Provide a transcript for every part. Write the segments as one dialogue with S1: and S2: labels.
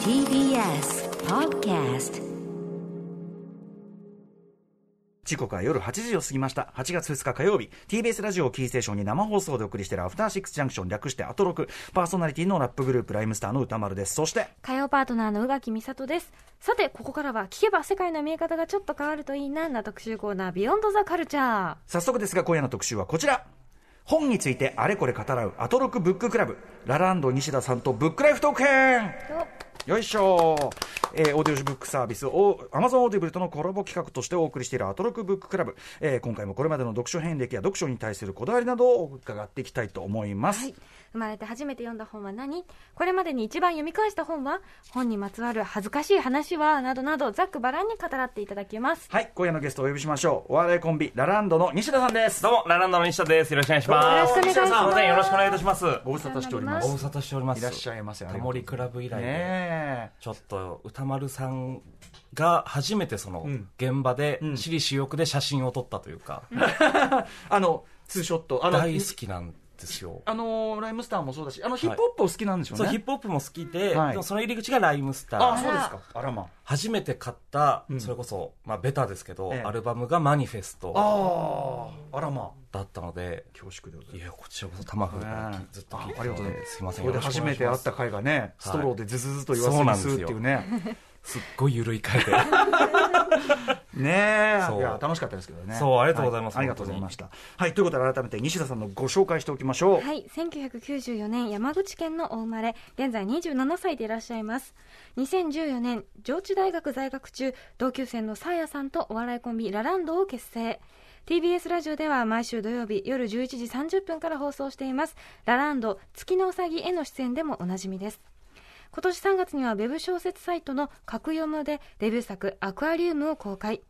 S1: TBS Podcast
S2: 時刻は夜8時を過ぎました。8月2日火曜日、TBS ラジオをキーステーションに生放送でお送りしているアフターシックスジャンクション略してアトロク、パーソナリティのラップグループライムスターの歌丸です。そして、
S3: 火曜パートナーの宇垣美里ですさてここからは聞けば世界の見え方がちょっと変わるといいなな特集コーナービヨンドザカルチャー
S2: 早速ですが今夜の特集はこちら。本についてあれこれ語らうアトロクブッククラブ、ラランド西田さんとブックライフ特編よいしょ、えー、オーディオブックサービスを Amazon オーディブルとのコラボ企画としてお送りしているアトロクブッククラブ、えー今回もこれまでの読書遍歴や読書に対するこだわりなどを伺っていきたいと思います、
S3: はい生まれて初めて読んだ本は何これまでに一番読み返した本は本にまつわる恥ずかしい話はなどなどざっくばらんに語らっていただきます
S2: はい、今夜のゲストをお呼びしましょう。お笑いコンビ、ラランドの西田さんです。
S4: どうも、ラランドの西田です。よろしくお願いします。
S3: よろしくお願いします
S4: 西田さん、本当によろしくお願いいたします。
S2: ご無沙汰しております。
S4: ご無沙汰しております。
S2: いらっしゃいませありが
S4: タ
S2: とうご
S4: モ
S2: ざい
S4: リ
S2: ます
S4: クラブ以来で、
S2: ね
S4: ちょっと歌丸さんが初めてその
S2: ん
S4: 現場で
S2: うん、
S4: 私利私欲で写真を撮ったというか、
S2: え。あの、ツーショット。あの、
S4: 大好きなんですよ。
S2: あのーライムスターもそうだし、あの、ヒップホップお好きなんでしょうね。
S4: そう、ヒップホップも好きで、
S2: はい
S4: でもその入り口がライムスタ
S2: ああ、
S4: ー。
S2: そうですか。あらま。
S4: 初めて買った、
S2: ん
S4: それこそ、まあ、ベタですけど、
S2: ええ
S4: アルバムがマニフェスト
S2: ああ、あらま。
S4: だったので、
S2: 恐縮でござい
S4: いや、こちらこそ玉風
S2: ます。
S4: が
S2: ね
S4: ずっと聞いて
S2: あありがとうござい
S4: たの
S2: ます
S4: すいません。
S2: これで初めて会っ
S4: よろしくお願いしま
S2: た回がね、ストローでズズズと言わ
S4: そう
S2: せ
S4: な
S2: に
S4: んですすよ
S2: るっていうね。
S4: す。すっごい緩い回で。
S2: ねえ
S4: そう
S2: いや楽しかったですけどね
S4: そうありがとうございます
S2: はありがとうございましたはいということで改めて西田さんのご紹介しておきましょう
S3: はい、1994年山口県のお生まれ現在27歳でいらっしゃいます2014年上智大学在学中同級生のサーヤさんとお笑いコンビラランドを結成 TBS ラジオでは毎週土曜日夜11時30分から放送していますラランド月のうさぎへの出演でもおなじみです今年3月にはウェブ小説サイトの格読むでデビュー作「アクアリウム」を公開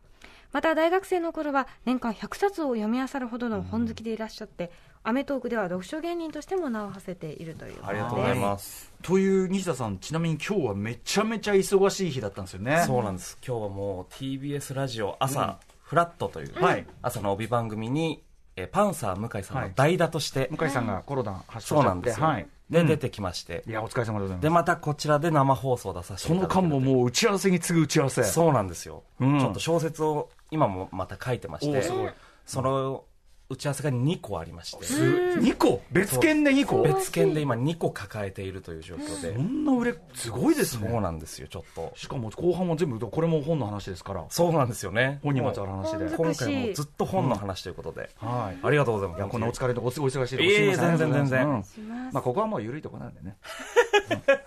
S3: また大学生の頃は年間100冊を読み漁るほどの本好きでいらっしゃって、アメトークでは読書芸人としても名を馳せているということで
S4: ありがとうございます。
S2: という西田さんちなみに今日はめちゃめちゃ忙しい日だったんですよね
S4: そうなんです。今日はもう TBS ラジオ朝、フラットという、
S2: はい
S4: 朝の帯番組に、えーパンサー向井さんの代打として、
S2: 向井さんがコロナ発症し
S4: そう
S2: ち
S4: な
S2: ゃ
S4: ん
S2: っ
S4: で
S2: て、
S4: すよ。
S2: はい、
S4: で、
S2: うん
S4: 出てきまして、
S2: いやお疲れ様でございます
S4: で、またこちらで生放送出させて
S2: そ
S4: いただ
S2: の
S4: けると
S2: 間ももう打ち合わせに次ぐ打ち合わせ
S4: そうなんですよ、
S2: うん
S4: ちょっと小説を今もまた書いてまし
S2: おー
S4: て
S2: すごい
S4: その打ち合わせが2個ありまして
S2: 2個別件で2個
S4: 別件で今2個抱えているという状況で、
S2: そんな売れすごいです
S4: そう
S2: ね
S4: なんですよちょっと
S2: しかも後半も全部これも本の話ですから
S4: そうなんですよね
S2: 本にまつわる話で
S3: もう
S4: 今回もずっと本の話ということで、
S2: はい
S4: ありがとうございます
S2: いやこんなお疲れのとこおお忙しいとこ
S4: いえいえ
S2: すません
S4: 全然全然
S2: うん
S3: します
S2: まあここはもう緩いとこなんでね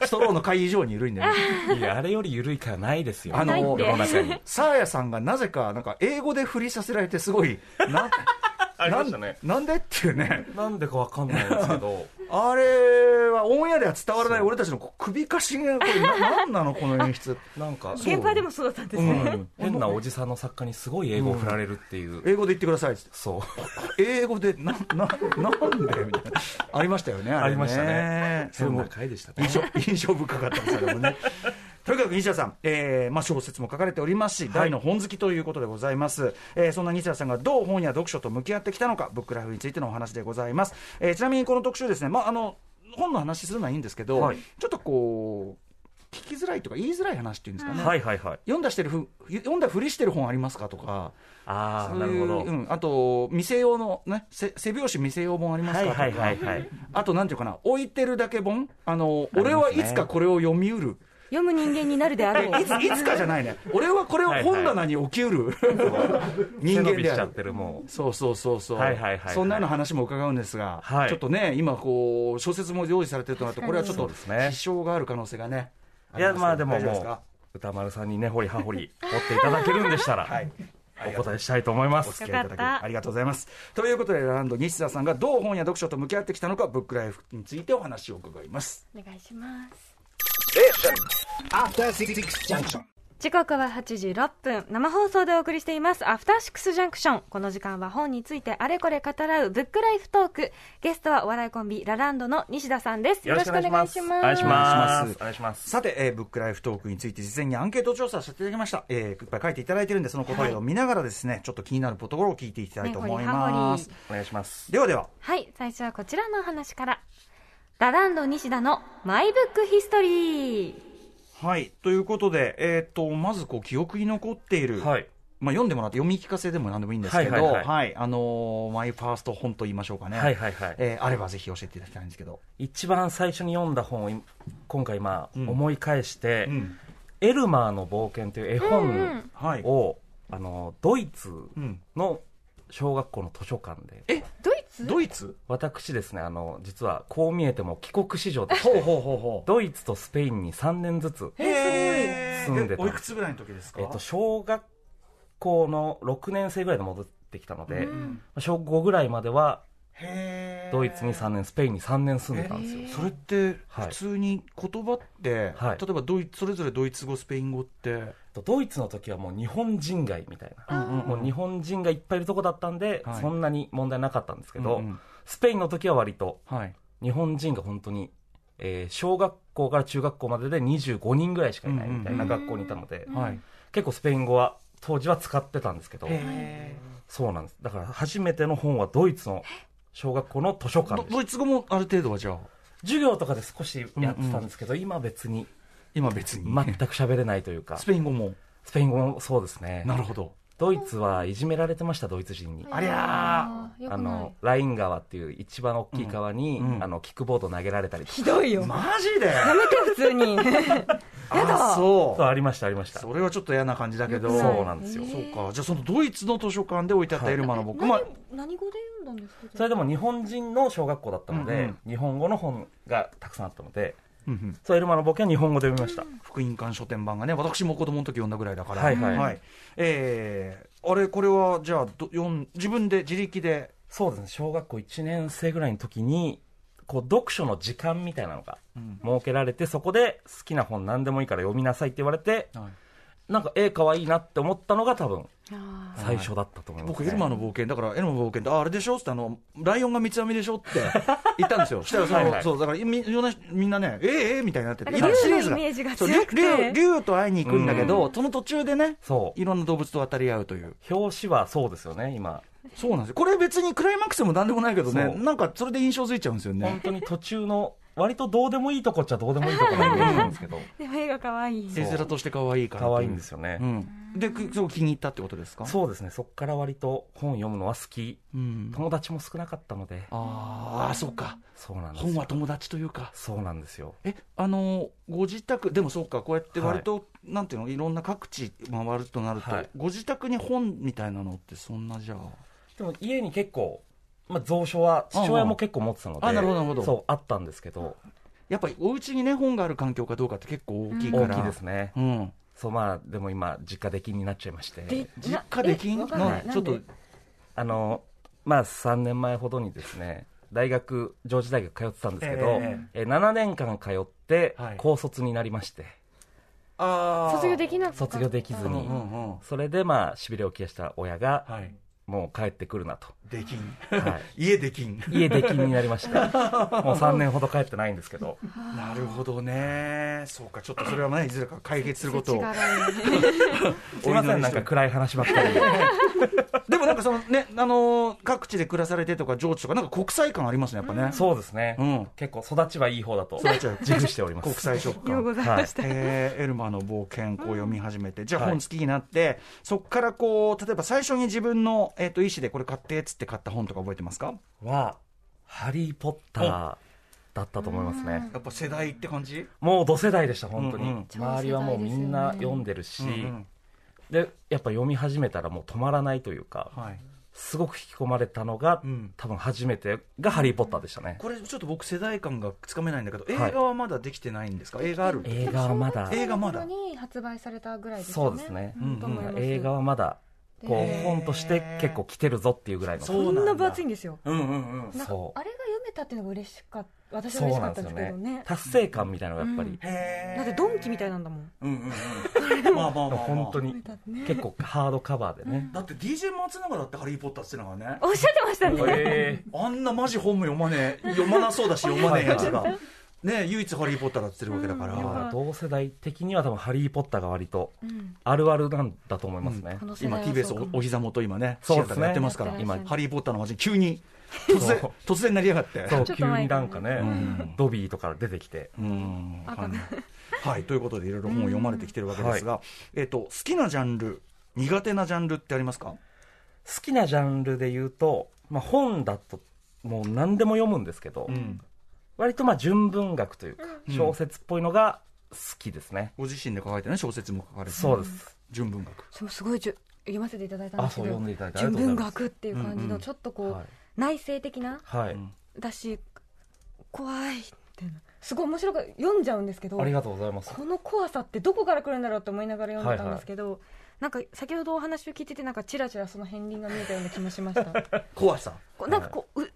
S2: うんストローの会以上に緩 いんでね
S4: いやあれより緩いからないですよ
S2: あの
S4: 世の中に
S2: サーヤさんがなぜかなんか英語で振りさせられてすごいな
S4: ありましたね
S2: なんなんでっていうね
S4: なんでかわかんないんですけど
S2: あれはオンエアでは伝わらない俺たちのこう首かしげがこれななんなのこの演出
S4: なんか
S3: 現場でもそうだったんです
S2: う
S3: ね、
S2: ん
S4: 変なおじさんの作家にすごい英語を振られるっていう、
S2: 英語で言ってくださいっつって
S4: そう
S2: 英語でなななんでみたいなありましたよ ねあれね
S4: ありましたね
S2: それも
S4: 回でした
S2: 印象 印象深かったですあれもね とにかく西田さん、えーまあ、小説も書かれておりますし、大の本好きということでございます、えーそんな西田さんがどう本や読書と向き合ってきたのかブックライフについてのお話でございます、えーちなみにこの特集ですね、まあ、あの本の話するのはいいんですけど、
S4: はい
S2: ちょっとこう聞きづらいとか言いづらい話っていうんですかね、
S4: はいはいはい
S2: 読んだしてるふ読んだふりしてる本ありますかとか
S4: あ
S2: そ
S4: あ
S2: う
S4: なる
S2: い
S4: ほ
S2: う
S4: ど、
S2: うん、あと店用の、ね、せ背表紙店用本ありますか
S4: はい
S2: とか、
S4: はいはいはい
S2: あとなんていうかな置いてるだけ本あの
S4: ります
S2: 俺
S4: ね
S2: はいつかこれを読みうる
S3: 読む人間になるであろう
S2: い ついつかじゃないね俺はこれを本棚に置きうる人間
S4: 背伸び
S2: で
S4: しち
S2: あ
S4: ゃ
S2: る
S4: ってるもう
S2: そうそうそうそう、
S4: はいはいはいはい
S2: そんなような話も伺うんですが、
S4: はい
S2: ちょっとね今こう小説も用意されてるとなるとこれはちょっと
S4: そうですね
S2: 支障がある可能性がね
S4: いやまあ
S2: り
S4: で
S2: ますけ
S4: も
S2: ど大丈夫す
S4: も
S2: か
S4: う歌丸さんにねほりはほり掘っていただけるんでしたら、
S2: はい
S4: お答えしたいと思いま
S2: お
S4: す
S2: 付き合いいただ
S3: よかっ
S2: き
S3: た
S2: ありがとうございますということでラランド西田さんがどう本や読書と向き合ってきたのかブックライフについてお話を伺います
S3: お願いします。
S5: After Six Junction.
S3: 時刻は8時6分生放送でお送りしていますアフターシックスジャンクションこの時間は本についてあれこれ語らうブックライフトークゲストはお笑いコンビラランドの西田さんですよろしくお願いします
S4: お願いし
S2: お願いし
S4: ま
S2: ます
S4: すお願いします
S2: さて、えーブックライフトークについて事前にアンケート調査をしていただきました、えーいっぱい書いていただいてるんでその答えを見ながらですね、ちょっと気になるところを聞いていきたいと思います、
S3: ねほりはほ
S4: お願いします
S2: ではでは
S3: はい最初はこちらのお話からラランド西田のマイブックヒストリー。
S2: はい。ということで、えっ、と、まず、こう、記憶に残っている、
S4: はい。
S2: まあ、読んでもらって、読み聞かせでも何でもいいんですけど、は
S4: はいいはいはい
S2: あのーマイファースト本と言いましょうかね。
S4: はいはいはい
S2: えーあればぜひ教えていただきたいんですけど。
S4: 一番最初に読んだ本を今今回ま
S2: う
S4: あ
S2: ん
S4: 思い返して、
S2: うん
S4: エルマーの冒険という絵
S3: うんう
S4: 本
S3: ん
S2: はい。
S4: を、あのドイツ
S2: うん。
S4: の小学校の図書館で
S3: ドイツ
S2: ドイツ
S4: 私ですねあの実はこう見えても帰国子女で
S2: ほうほうほうほう。
S4: ドイツとスペインに3年ずつ、
S2: へー
S4: 住んでた
S2: えおいくつぐらいの時ですか
S4: えっと、小学校の6年生ぐらいで戻ってきたので、
S2: うん
S4: 小5ぐらいまでは
S2: へー
S4: ドイツに3年スペインに3年住んでたんですよ
S2: それって
S4: はい
S2: 普通に言葉って、
S4: はい
S2: 例えばドイそれぞれドイツ語スペイン語って、
S4: とドイツの時はもう日本人街みたい
S2: う
S4: な、
S2: んうんうん
S4: もう日本人がいっぱいいるとこだったんで、
S2: はい
S4: そんなに問題なかったんですけど、
S2: うんうん
S4: スペインの時は割と
S2: はい、
S4: 日本人が本当に、えー小学校から中学校までで25人ぐらいしかいないみたいな
S2: うん
S4: 学校にいたので、
S3: うん
S2: はい
S4: 結構スペイン語は当時は使ってたんですけど、
S2: へ
S4: そうなんですだから初めての本はドイツの小学校の図書
S2: ー
S4: 館
S2: ド
S4: でした
S2: ドイツ語もある程度はじゃあ
S4: 授業とかで少しやってたんですけど、今別に
S2: 今別に、
S4: 全く喋れないというか
S2: スペイン語も
S4: スペイン語もそうですね
S2: なるほど
S4: ドイツはいじめられてましたドイツ人に
S2: ありゃ
S3: ーよ
S4: あ
S3: くない
S4: のライン川っていう一番大きい川に、
S2: うんうん
S4: あのキックボード投げられたりとか
S3: ひどいよ
S2: マジでや
S3: やめて普通に
S2: だそ
S4: そう
S2: う
S4: ありましたありました
S2: それはちょっと嫌な感じだけど
S3: 良くない
S4: そうなんですよ
S2: そうかじゃあそのドイツの図書館で置いてあったエルマの僕、
S3: 何
S2: まあ
S3: 何語で読んだんですか
S4: それでも日本人の小学校だったので、
S2: うんうん
S4: 日本語の本がたくさんあったので
S2: うんうん
S4: そうエルマの冒険は日本語で読みました、
S2: 福音館書店版がね私も子供の時読んだぐらいだから
S4: はいはい
S2: えーあれこれはじゃあど読ん自分で自力で
S4: そうですね小学校1年生ぐらいの時にこう読書の時間みたいなのが設けられて、そこで好きな本何でもいいから読みなさいって言われてなんか絵かわいいなって思ったのが多分
S3: あ
S4: 最初だったと思います、
S2: 僕、エルマの冒険、だから、エルマの冒険って、あ、あれでしょってあの、ライオンが三つ編みでしょ って言ったんですよ。したら、その、
S4: はいはい
S2: そう、だから、みみんなみんなね、えー、えーみたいになってて、
S3: あれ
S2: いろんな
S3: 竜のイメージが
S2: そう
S3: 強くて
S2: 竜竜と会いに行くんだけど、その途中でね、
S4: そう
S2: いろんな動物と渡り合うという。
S4: 表紙はそうですよね今
S2: そうなんですよ。これ別にクライマックスでもなんでもないけどね、
S4: そう
S2: なんかそれで印象づいちゃうんですよね
S4: 本。当に途中の割とどうでもいいとこっちゃどうでもいいとこな んですけど
S3: ーでも絵が可愛い
S2: 絵面として可愛いから。
S4: 可愛いんですよね、
S2: うん。で、くそう気に入ったってことですかう。
S4: そうですねそこから割と本読むのは好き
S2: ん。
S4: 友達も少なかったので
S2: ああ、そうか。
S4: そうなんですよ
S2: 本は友達というか。
S4: そうなんですよ
S2: えあのご自宅でもそうかこうやって
S4: はい
S2: 割と、なんていうのいろんな各地回るとなると、
S4: はい
S2: ご自宅に本みたいなのってそんなじゃあ
S4: でも家に結構、まあ、蔵書は父親も結構持ってたので
S2: あなるほどなるほど
S4: そうあったんですけど
S2: やっぱりお家にね本がある環境かどうかって結構大きいから、う
S4: 大
S2: ん、
S4: きいですね、
S2: うん
S4: そうまあでも今実家出禁になっちゃいまして
S2: 実家できん
S3: な
S2: の
S3: えわかんない
S2: ちょっと
S3: なんで
S4: あのまあ3年前ほどにですね大学上智大学通ってたんですけど、
S2: え
S4: え7年間通って
S2: はい
S4: 高卒になりまして、
S2: あ
S3: 卒業でき
S2: ない
S3: なかった
S4: 卒業できず
S2: うんう
S4: に、
S2: んうん
S4: それでまあしびれを切らした親が、
S2: はい
S4: もう帰ってくるな と、
S2: できん
S4: は
S2: 家できん
S4: い、家出禁になりましたもう3年ほど帰ってないんですけど
S2: なるほどねそうかちょっとそれはねいずれか解決することを
S3: 世知辛
S4: すいませんなんか暗い話ばっ かりで
S2: でもなんかそのねあのー各地で暮らされてとか上智とかなんか国際感ありますねやっぱね、
S4: そうですね、
S2: うん
S4: 結構育ちはいい方だと
S2: 育ちはいい
S4: 自負しております
S2: 国際食
S3: いようご
S2: 感
S3: ざいました、
S2: えーエルマの冒険こう読み始めて、じゃあ
S4: はい
S2: 本好きになって、そこからこう例えば最初に自分の、えー、と意思でこれ買ってっつって買った本とか覚えてますか
S4: は「ハリー・ポッター」だったと思いますね
S2: やっぱ世代って感じ、
S4: もう同世代でした本当に、
S2: うんうん
S4: 周りはもうみんな読んでるし、でやっぱ読み始めたらもう止まらないというか、
S2: はい、
S4: すごく引き込まれたのが、
S2: うん
S4: 多分初めてが「ハリー・ポッター」でしたね
S2: これちょっと僕世代感がつかめないんだけど映
S4: はい
S2: 画はまだできてないんですか、映画ある
S4: 映画はまだ
S2: 映画まだ
S3: 小学生の頃に発売されたぐらいです
S4: そ
S3: よ
S4: う
S3: ね
S4: ですね、
S2: うん
S3: と思います
S4: 映画はまだこう、
S3: へー
S4: 本として結構来てるぞっていうぐらいの
S2: そうなん
S3: こん
S2: だ
S3: な分厚いんですよ
S2: うんうんうん
S3: なんか
S4: そう
S3: あれが読めたっていうのが嬉しかった私は
S4: そう
S3: 嬉し
S4: な
S3: か
S4: ん
S3: ったん
S4: です
S3: で
S4: よ
S3: すけ
S4: ね
S3: どね
S4: 達成感みたいなのがやっぱり、
S3: うん
S2: へ
S3: だってドンキみたいなんだもん
S2: うんうん うんまあまあまあ、まあ、
S4: 本当
S2: に
S4: に
S3: だってね
S4: 結構ハードカバーでね、
S2: だって DJ 松永だって「ハリー・ポッター」って言ってたからね
S3: おっしゃってましたね
S4: え
S2: あんなマジ本も読まねえ、読まなそうだし読まねえやつが。ねえ唯一ハリー・ポッターだって言ってるわけだから。
S3: うん
S4: まあ同世代的には多分「ハリー・ポッター」が割と
S3: うん
S4: あるあるなんだと思いますね、
S3: この世
S2: 今
S3: 代はそうかも
S2: TBS おお膝元今ね
S4: そう
S2: シ
S4: で
S2: ア
S4: す
S2: ターでやっ
S4: ね
S2: てますから
S3: 今
S2: ハリー・ポッターの街に急に突然突然なりやがって
S4: そう
S3: ちょっ
S4: 急
S3: と前
S4: になんかね、ドビーとか出てきて、
S2: うん
S3: あか
S2: はいということでいろいろ本を読まれてきてるわけですが、えっと好きなジャンル苦手なジャンルってありますか
S4: 好きなジャンルで言うと、まあ、本だともう何でも読むんですけど、
S2: ん
S4: 割とまあ純文学というか、小説っぽいのが好きですね、
S2: ご自身で書かれてね小説も書かれて
S4: そうです、
S2: 純文学
S3: そのすごいじゅ読ませていただいたんですけど
S4: あそう読んでいただいてあり
S3: 純
S4: がとうご
S3: 文学っ
S4: ざいます
S3: ていう感じ
S2: うんう
S3: の
S2: ん
S3: ちょっとこう、
S4: はい
S3: 内省的な
S4: はい、
S2: ん
S3: だし怖いみたいなすごい面白く読んじゃうんですけど
S4: ありがとうございます
S3: この怖さってどこから来るんだろうと思いながら読んでたんですけど、なんか先ほどお話を聞いててなんかちらちらその片鱗が見えたような気もし ました
S2: 怖さ、
S3: こうなんかこうう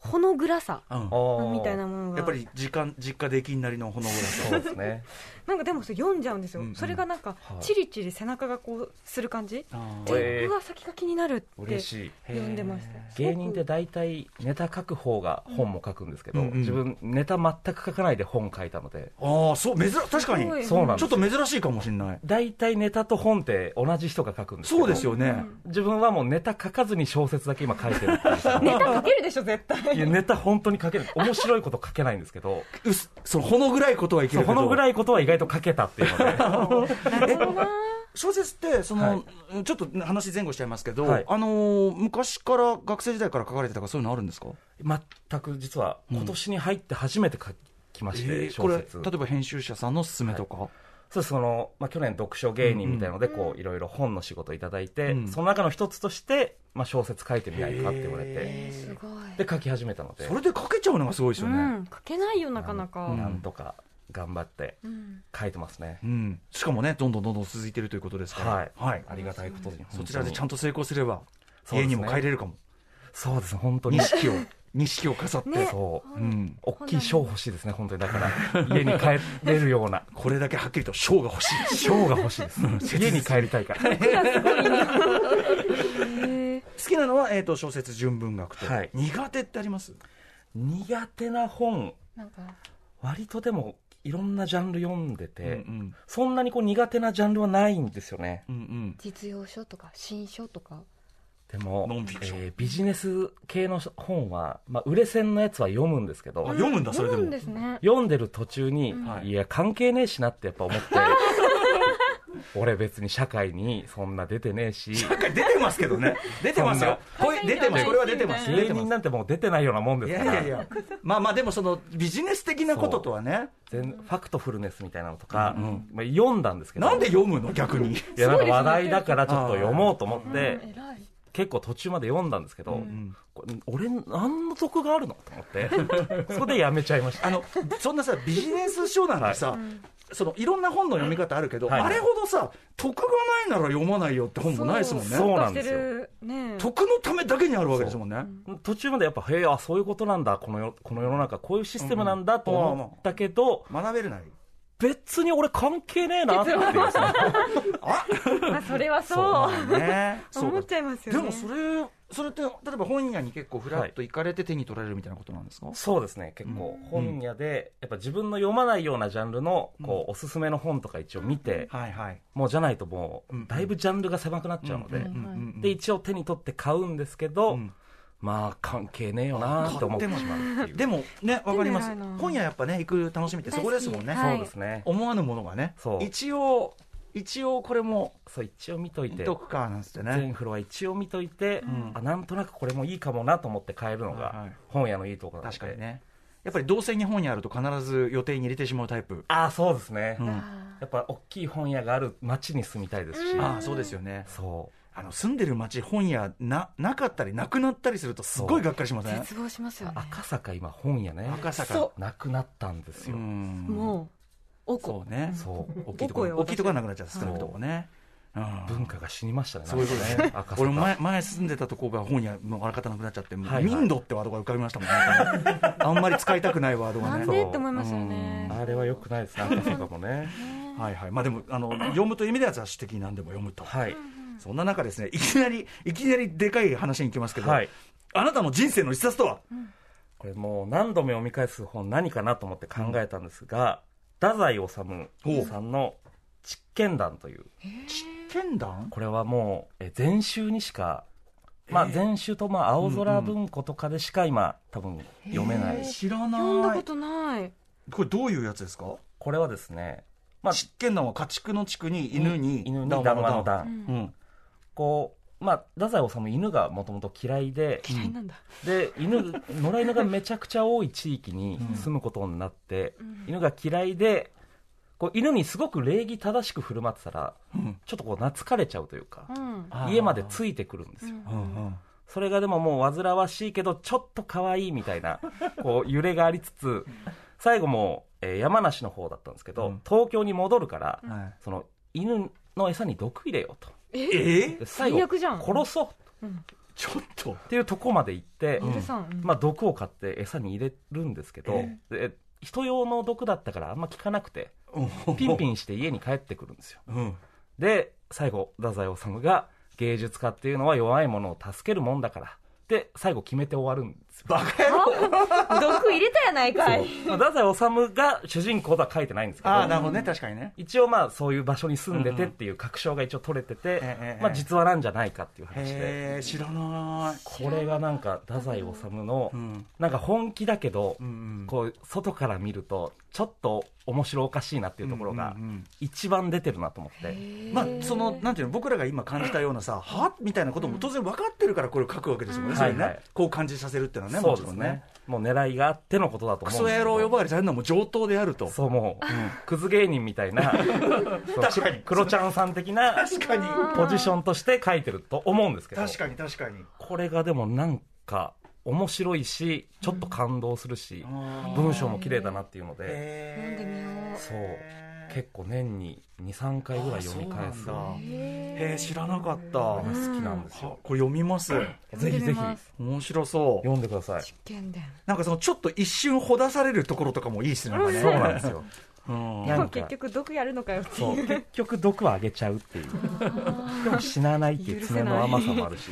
S3: ほの暗さ
S2: うん
S4: あ、ー
S3: みたいなものが
S2: やっぱり時間実家できんなりのほのぼらさ
S4: そうです ね
S3: なんかでもそれ読んじゃうんですよ、
S2: うんうん
S3: それがなんか
S4: はい
S3: チリチリ背中がこうする感じ、
S2: あー
S4: え
S3: で
S4: ー
S3: うわ先が気になるって
S4: 嬉しい
S3: 読んでましたすごく
S4: 芸人って大体ネタ書く方が本も書くんですけ
S2: う
S4: ど、
S2: んうん
S4: 自分ネタ全く書かないで本書いたので
S2: あーそう珍確かに
S3: すごい
S4: そうなん
S2: ちょっと珍しいかもしれない
S4: 大体ネタと本って同じ人が書くんですけど
S2: そうですよね、
S4: 自分はもうネタ書かずに小説だけ今書いてるっていう
S3: ネタ書けるでしょ絶対
S4: いやネタ本当に書けない面白いこと書けないんですけど
S2: うすそのほのぐらいことはいけ
S4: そう
S2: るけ
S4: こ
S2: ど
S4: のぐらいことは意外と書けたっていうので
S2: 小説ってその、
S4: は
S2: ちょっと話前後しちゃいますけど、
S4: はい
S2: あのー昔から学生時代から書かれてたとかそういうのあるんですか、
S4: 全く実は今年に入って初めて書きまして、
S2: えーこ
S4: 小
S2: れ
S4: 説
S2: 例えば編集者さんの勧めとか、
S4: そうですその、まあ、去年読書芸人みたいのでこういろいろ本の仕事いただいて、
S2: うん
S4: その中の一つとして、まあ、小説書いてみないかって言われて
S3: すごい
S4: で書き始めたので
S2: それで書けちゃうのがすごいですよ
S3: う
S2: ね、うん
S3: ん書けないよなかなか、
S4: なんとか頑張って書いてますね、
S2: しかもねどんどんどんどん続いてるということですから、
S4: はい、
S2: はい
S4: ありがたいことに
S2: そちらでちゃん
S4: ん
S2: と成功すれば
S4: そう
S2: 家
S4: ですね
S2: にも帰れるかも
S4: そうです本当に
S2: 錦を錦を飾って、
S3: ね
S4: そう、
S2: うん、
S4: 大きい賞欲しいですね本当にだから家に帰れるような
S2: これだけはっきりと賞が欲しい
S4: 賞が欲しいです家に帰りたいから
S2: 好きなのは、えー、と小説純文学と、
S4: はい
S2: 苦手ってあります
S4: 苦手な本
S3: なんか
S4: 割とでもいろんなジャンル読んでて、
S2: うん
S4: そんなにこう苦手なジャンルはないんですよね
S2: うんうん
S3: 実用書とか新書とか
S4: でも
S2: ノンフィクション
S4: えービジネス系の本は、まあ、売れ線のやつは読むんですけど
S2: あ読むんだそれでも
S3: 読むんですね
S4: 読んでる途中に、
S2: はい
S4: いや関係ねえしなってやっぱ思 って俺別に社会にそんな出てねえし
S2: なんか出てますけど ね。出てますよ。これ出てます。これは出てます。出
S4: 芸
S2: てま
S4: 人
S2: す
S4: なんてもう出てないようなもんで
S2: い
S4: す
S2: や
S4: か
S2: い
S4: ら
S2: やいや。まあまあでもそのビジネス的なこととはね。
S4: 全ファクトフルネスみたいなのとか、まあ、読んだんですけど
S2: なんで読むの逆に。
S4: いやなんか話題だからちょっと読もうと思って、
S3: 偉い
S4: 結構途中まで読んだんですけど、これ俺何の得があるのと思って そこでやめちゃいました
S2: あのそんなさビジネス書なんてさ。そのいろんな本の読み方あるけど、
S4: はい
S2: あれほどさ得がないなら読まないよって本もないですもん
S4: そう
S2: ね
S4: なんですよ
S3: ね
S2: 得のためだけにあるわけですもんね
S4: 途中までやっぱへえあそういうことなんだこの世この世の中こういうシステムなんだと
S2: うんうん
S4: 思ったけど、
S2: 学べるなり
S4: 別に俺関係ねえなっていうその
S3: あそれはそう
S2: そうねそう
S3: 思っ
S2: か
S3: ちゃいますよ
S2: で
S3: ね
S2: もそれそれって例えば本屋に結構フラッと行かれて手に取られるみたいなことなんですか、
S4: そうですね結構本屋でやっぱ自分の読まないようなジャンルのこうおすすめの本とか一応見て、
S2: はいはい
S4: もうじゃないともう
S2: うん
S4: だいぶジャンルが狭くなっちゃうので、で一応手に取って買うんですけど、
S2: ん
S4: まあ関係ねえよなって思ってしまうっていう
S2: でもね、わかります
S3: 手に入らないな。
S2: 今夜やっぱね、行く楽しみってそこですもんね。
S3: 大好きはい
S4: そうですね
S2: 思わぬものがね
S4: そ。う
S2: 一応、一応これも、
S4: そう一応見とい
S2: 見
S4: て
S2: とくか、なんつってね
S4: 全。フロア一応見といて、あなんとなくこれもいいかもなと思って買えるの
S2: はいはい
S4: が本屋のいいところなので
S2: 確かにね。やっぱり同性に本屋あると必ず予定に入れてしまうタイプ。
S4: ああそうですね、
S2: うん
S4: やっぱ大きい本屋がある町に住みたいですし、
S2: ああ、そうですよね。
S4: そ
S2: あの、住んでる街、本屋な、なかったり、なくなったりするとすごいがっかりしません
S3: 絶望しますよ
S4: う
S3: ね
S4: 赤坂今本屋ね
S2: 赤坂。
S3: そ
S4: なくなったんです
S2: う
S4: よ、
S2: ん。
S3: もうおこ
S2: そうね。
S4: そう
S2: 大きいとこ
S3: おこよ
S2: ろ、大きいところはなくなっちゃった、少なくともね。うん
S4: 文化が死にましたね
S2: そういうことです
S4: なん
S2: ね
S4: か赤。坂
S2: 俺も前前住んでたとこが本屋のあらかたなくなっちゃって、もう
S4: はいはい
S2: 民度ってワードが浮かびましたもんね。 あんまり使いたくないワード
S3: うな
S2: が
S3: ん
S2: ね。
S3: でって思いますよね
S4: あれは良くないですね赤坂もね
S2: はいはい。まあでも、あの、読むという意味では雑誌的に何でも読むと。
S4: はい
S2: そんな中ですね、いきなり、いきなりでかい話に行きますけど、
S4: はい
S2: あなたの人生の一冊とは、
S4: これもう何度も読み返す本何かなと思って考えたんですが、太宰治さんの「執権団」という
S2: 知見談
S4: これはもうえ全集にしかまあ、前週とまあ青空文庫とかでしか今、多分読めない、
S2: 知ら
S3: 読んだ
S2: な
S3: こ
S2: い。
S3: とない
S2: これどういうやつですか
S4: これはですね、まあ、
S2: 執権団は家畜の畜に犬に
S4: 犬に
S2: 談
S4: 談
S2: 話
S4: 話
S2: の
S4: の
S2: 談。
S4: 談、
S2: うん。
S4: こう、まあ、太宰治、犬がもともと嫌いで、
S3: 嫌いなんだ、
S4: で犬野良犬がめちゃくちゃ多い地域に住むことになって、犬が嫌いでこう犬にすごく礼儀正しく振る舞ってたら、
S2: ん
S4: ちょっとこう懐かれちゃうというか
S3: う、ん
S2: あー
S4: 家までついてくるんですよ、
S2: うんうん
S4: それがでももう煩わしいけどちょっと可愛いみたい なこう揺れがありつつ最後もう、えー山梨の方だったんですけど、
S2: うん
S4: 東京に戻るから、
S2: はい
S4: その犬の餌に毒入れようと
S2: え
S4: で最後
S3: 最悪じゃん
S4: 殺そう
S2: ちょっと。
S4: っていうとこまで行って、
S3: 許さん、
S4: まあ、毒を買って餌に入れるんですけど、
S2: え
S4: で人用の毒だったからあんま効かなくてピンピンして家に帰ってくるんですよ
S2: うん。
S4: で最後太宰治が芸術家っていうのは弱いものを助けるもんだからで最後決めて終わるんですよ
S2: バカ野郎
S3: 毒入れたやないかい
S4: まあ太宰治が主人公とは書いてないんですけ
S2: ああ、な
S4: ど
S2: るほどね。確かにね。
S4: 一応まあそういう場所に住んでてっていう確証が一応取れて
S2: え
S4: て、
S2: えええ
S4: まあ、実話なんじゃないかっていう話で
S2: へえ、知らない。
S4: これがなんか太宰治の
S2: うん。
S4: なんか本気だけど、
S2: うん
S4: こう外から見るとちょっと面白おかしいなっていうところが
S2: うんうんうん
S4: 一番出てるなと思って、
S2: うん。まあ、その、なんていうの、僕らが今感じたようなさ、はみたいなことも当然分かってるからこれを書くわけですもんね。
S4: うん
S2: それね
S4: はいはい
S2: こう感じさせるっていうのはね、
S4: そ
S2: も
S4: う
S2: ち
S4: で
S2: ろ
S4: す
S2: ん
S4: ね
S2: ね。
S4: もう狙いがあってのことだと
S2: ク
S4: 思う
S2: ソ野郎呼
S4: ば
S2: ばわりされるのはもう上等であると。
S4: そうもう、クズ芸人みた いなそう
S2: 確かに
S4: クロちゃんさん的な
S2: 確かに。
S4: ポジションとして書いてると思うんですけど
S2: 確かに確かに。
S4: これがでもなんか面白いしちょっと感動するし、
S2: あー
S4: 文章も綺麗だなっていうので、
S2: へ
S3: 読んでみよう
S4: そう結構年に23回ぐらい読み返す
S2: あそうなんだ
S3: へ
S2: へえ知らなかった
S4: のが好きなんですよ
S2: は、これ読みます
S4: ぜひ
S3: 読んで
S4: ぜ
S3: み
S4: ひ
S3: ます
S2: 面白そう
S4: 読んでください
S3: 剣伝
S2: なんかそのちょっと一瞬ほだされるところとかもいいですねなんかね
S4: そうなんですよ
S2: うん
S4: なんか
S3: 結局毒やるのかよって
S4: そう
S3: いう
S4: 結局毒はあげちゃうっていうでも死なないっていう爪の甘さもあるし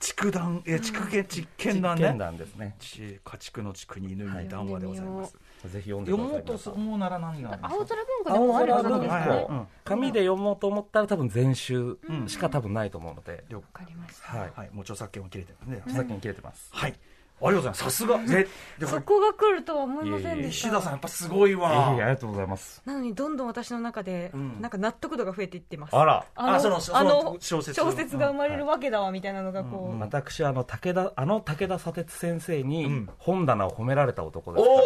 S2: 畜団え畜犬畜犬団
S4: 実験
S2: ね
S4: 談ですね
S2: ち家畜の畜に犬に談話でございます
S4: ぜひ読んで
S2: 読
S4: ください
S2: もうと思うなら何が
S3: 青空文庫で
S4: 青
S3: もある
S4: 空
S3: はず
S4: 文
S3: な
S4: 庫
S3: ん
S4: で
S3: で
S2: はいはい
S3: すすね
S4: ね
S2: うん
S4: 紙で読もうと思ったら多分全集しか多分ないと思うので、
S2: 了
S3: わかりました
S4: はい
S2: はいもう著作権も切れてますね
S4: 著作権切れてます、
S2: はいありがとうございますさすがえでも
S3: そこが来るとは思いませんでし
S2: 石
S3: た
S2: 田さんやっぱすごいわ
S4: ええありがとうございます
S3: なのにどんどん私の中で
S2: ん
S3: なんか納得度が増えていってます
S4: あら
S3: あの
S2: あそのその
S3: あの
S2: 小
S3: 小
S2: 説
S3: 説
S2: の
S3: が生まれるわけだわみたいなのがこう、
S4: 私あの武田あの武田砂鉄先生
S2: う
S4: に
S2: ん
S4: 本棚を褒められた男ですから、
S2: お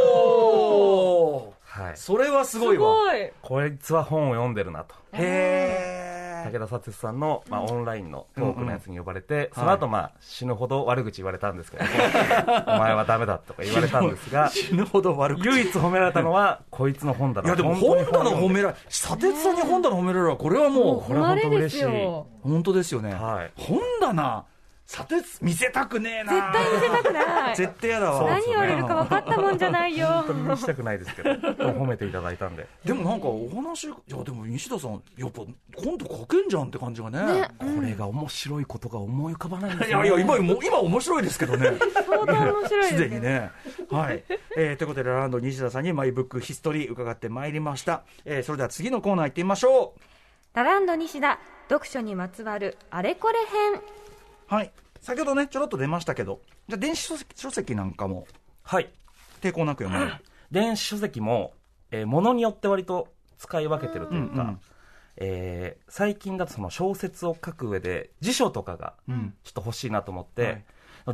S2: お
S4: はい、
S2: それはすごい
S3: す
S2: わ
S3: ごい
S4: こいつは本を読んでるなと
S2: へえ
S4: 武田砂鉄さんの、まあ、オンラインのトークのやつに呼ばれて、その
S2: はい
S4: 後、まあ死ぬほど悪口言われたん ですけど、お前はダメだとか言われたんですが、
S2: 死ぬほど悪口
S4: 唯一褒められたのは、こいつの本棚
S2: いやでも本棚
S4: の
S2: 褒められ、砂鉄さんに本棚褒められるは、これはもう、
S4: れは本当嬉しい
S3: 誉れですよ
S2: 本当ですよね。
S4: はい
S2: 本棚、砂鉄、見せたくねえな。
S3: 絶対見せたくない
S2: 絶対やだわ。
S4: そう
S3: 何言われるか分かったもんじゃないよ
S4: 本当にしたくないですけど、褒めていただいたんで、
S2: でもなんかお話、いやでも西田さん、やっぱ今度書けんじゃんって感じがね。
S4: これが面白いことが思い浮かばないんです
S2: い
S4: よ
S2: やいや、今、もう今面白いですけどね。
S3: 相当 面白 い
S2: す
S3: で
S2: で
S3: すね
S2: にね。はい。えーということで、ラランド西田さんにマイブックヒストリー伺ってまいりました。えーそれでは次のコーナー行ってみましょう。
S3: ラランド西田読書にまつわるあれこれ編
S2: はい。先ほどね、ちょろっと出ましたけど、じゃあ電子書籍書籍なんかも
S4: はい、
S2: 抵抗なく読まれる。
S4: 電子書籍も、えー、ものによって割と使い分けてるというか、
S2: うんうん
S4: えー最近だとその小説を書く上で辞書とかがちょっと欲しいなと思って、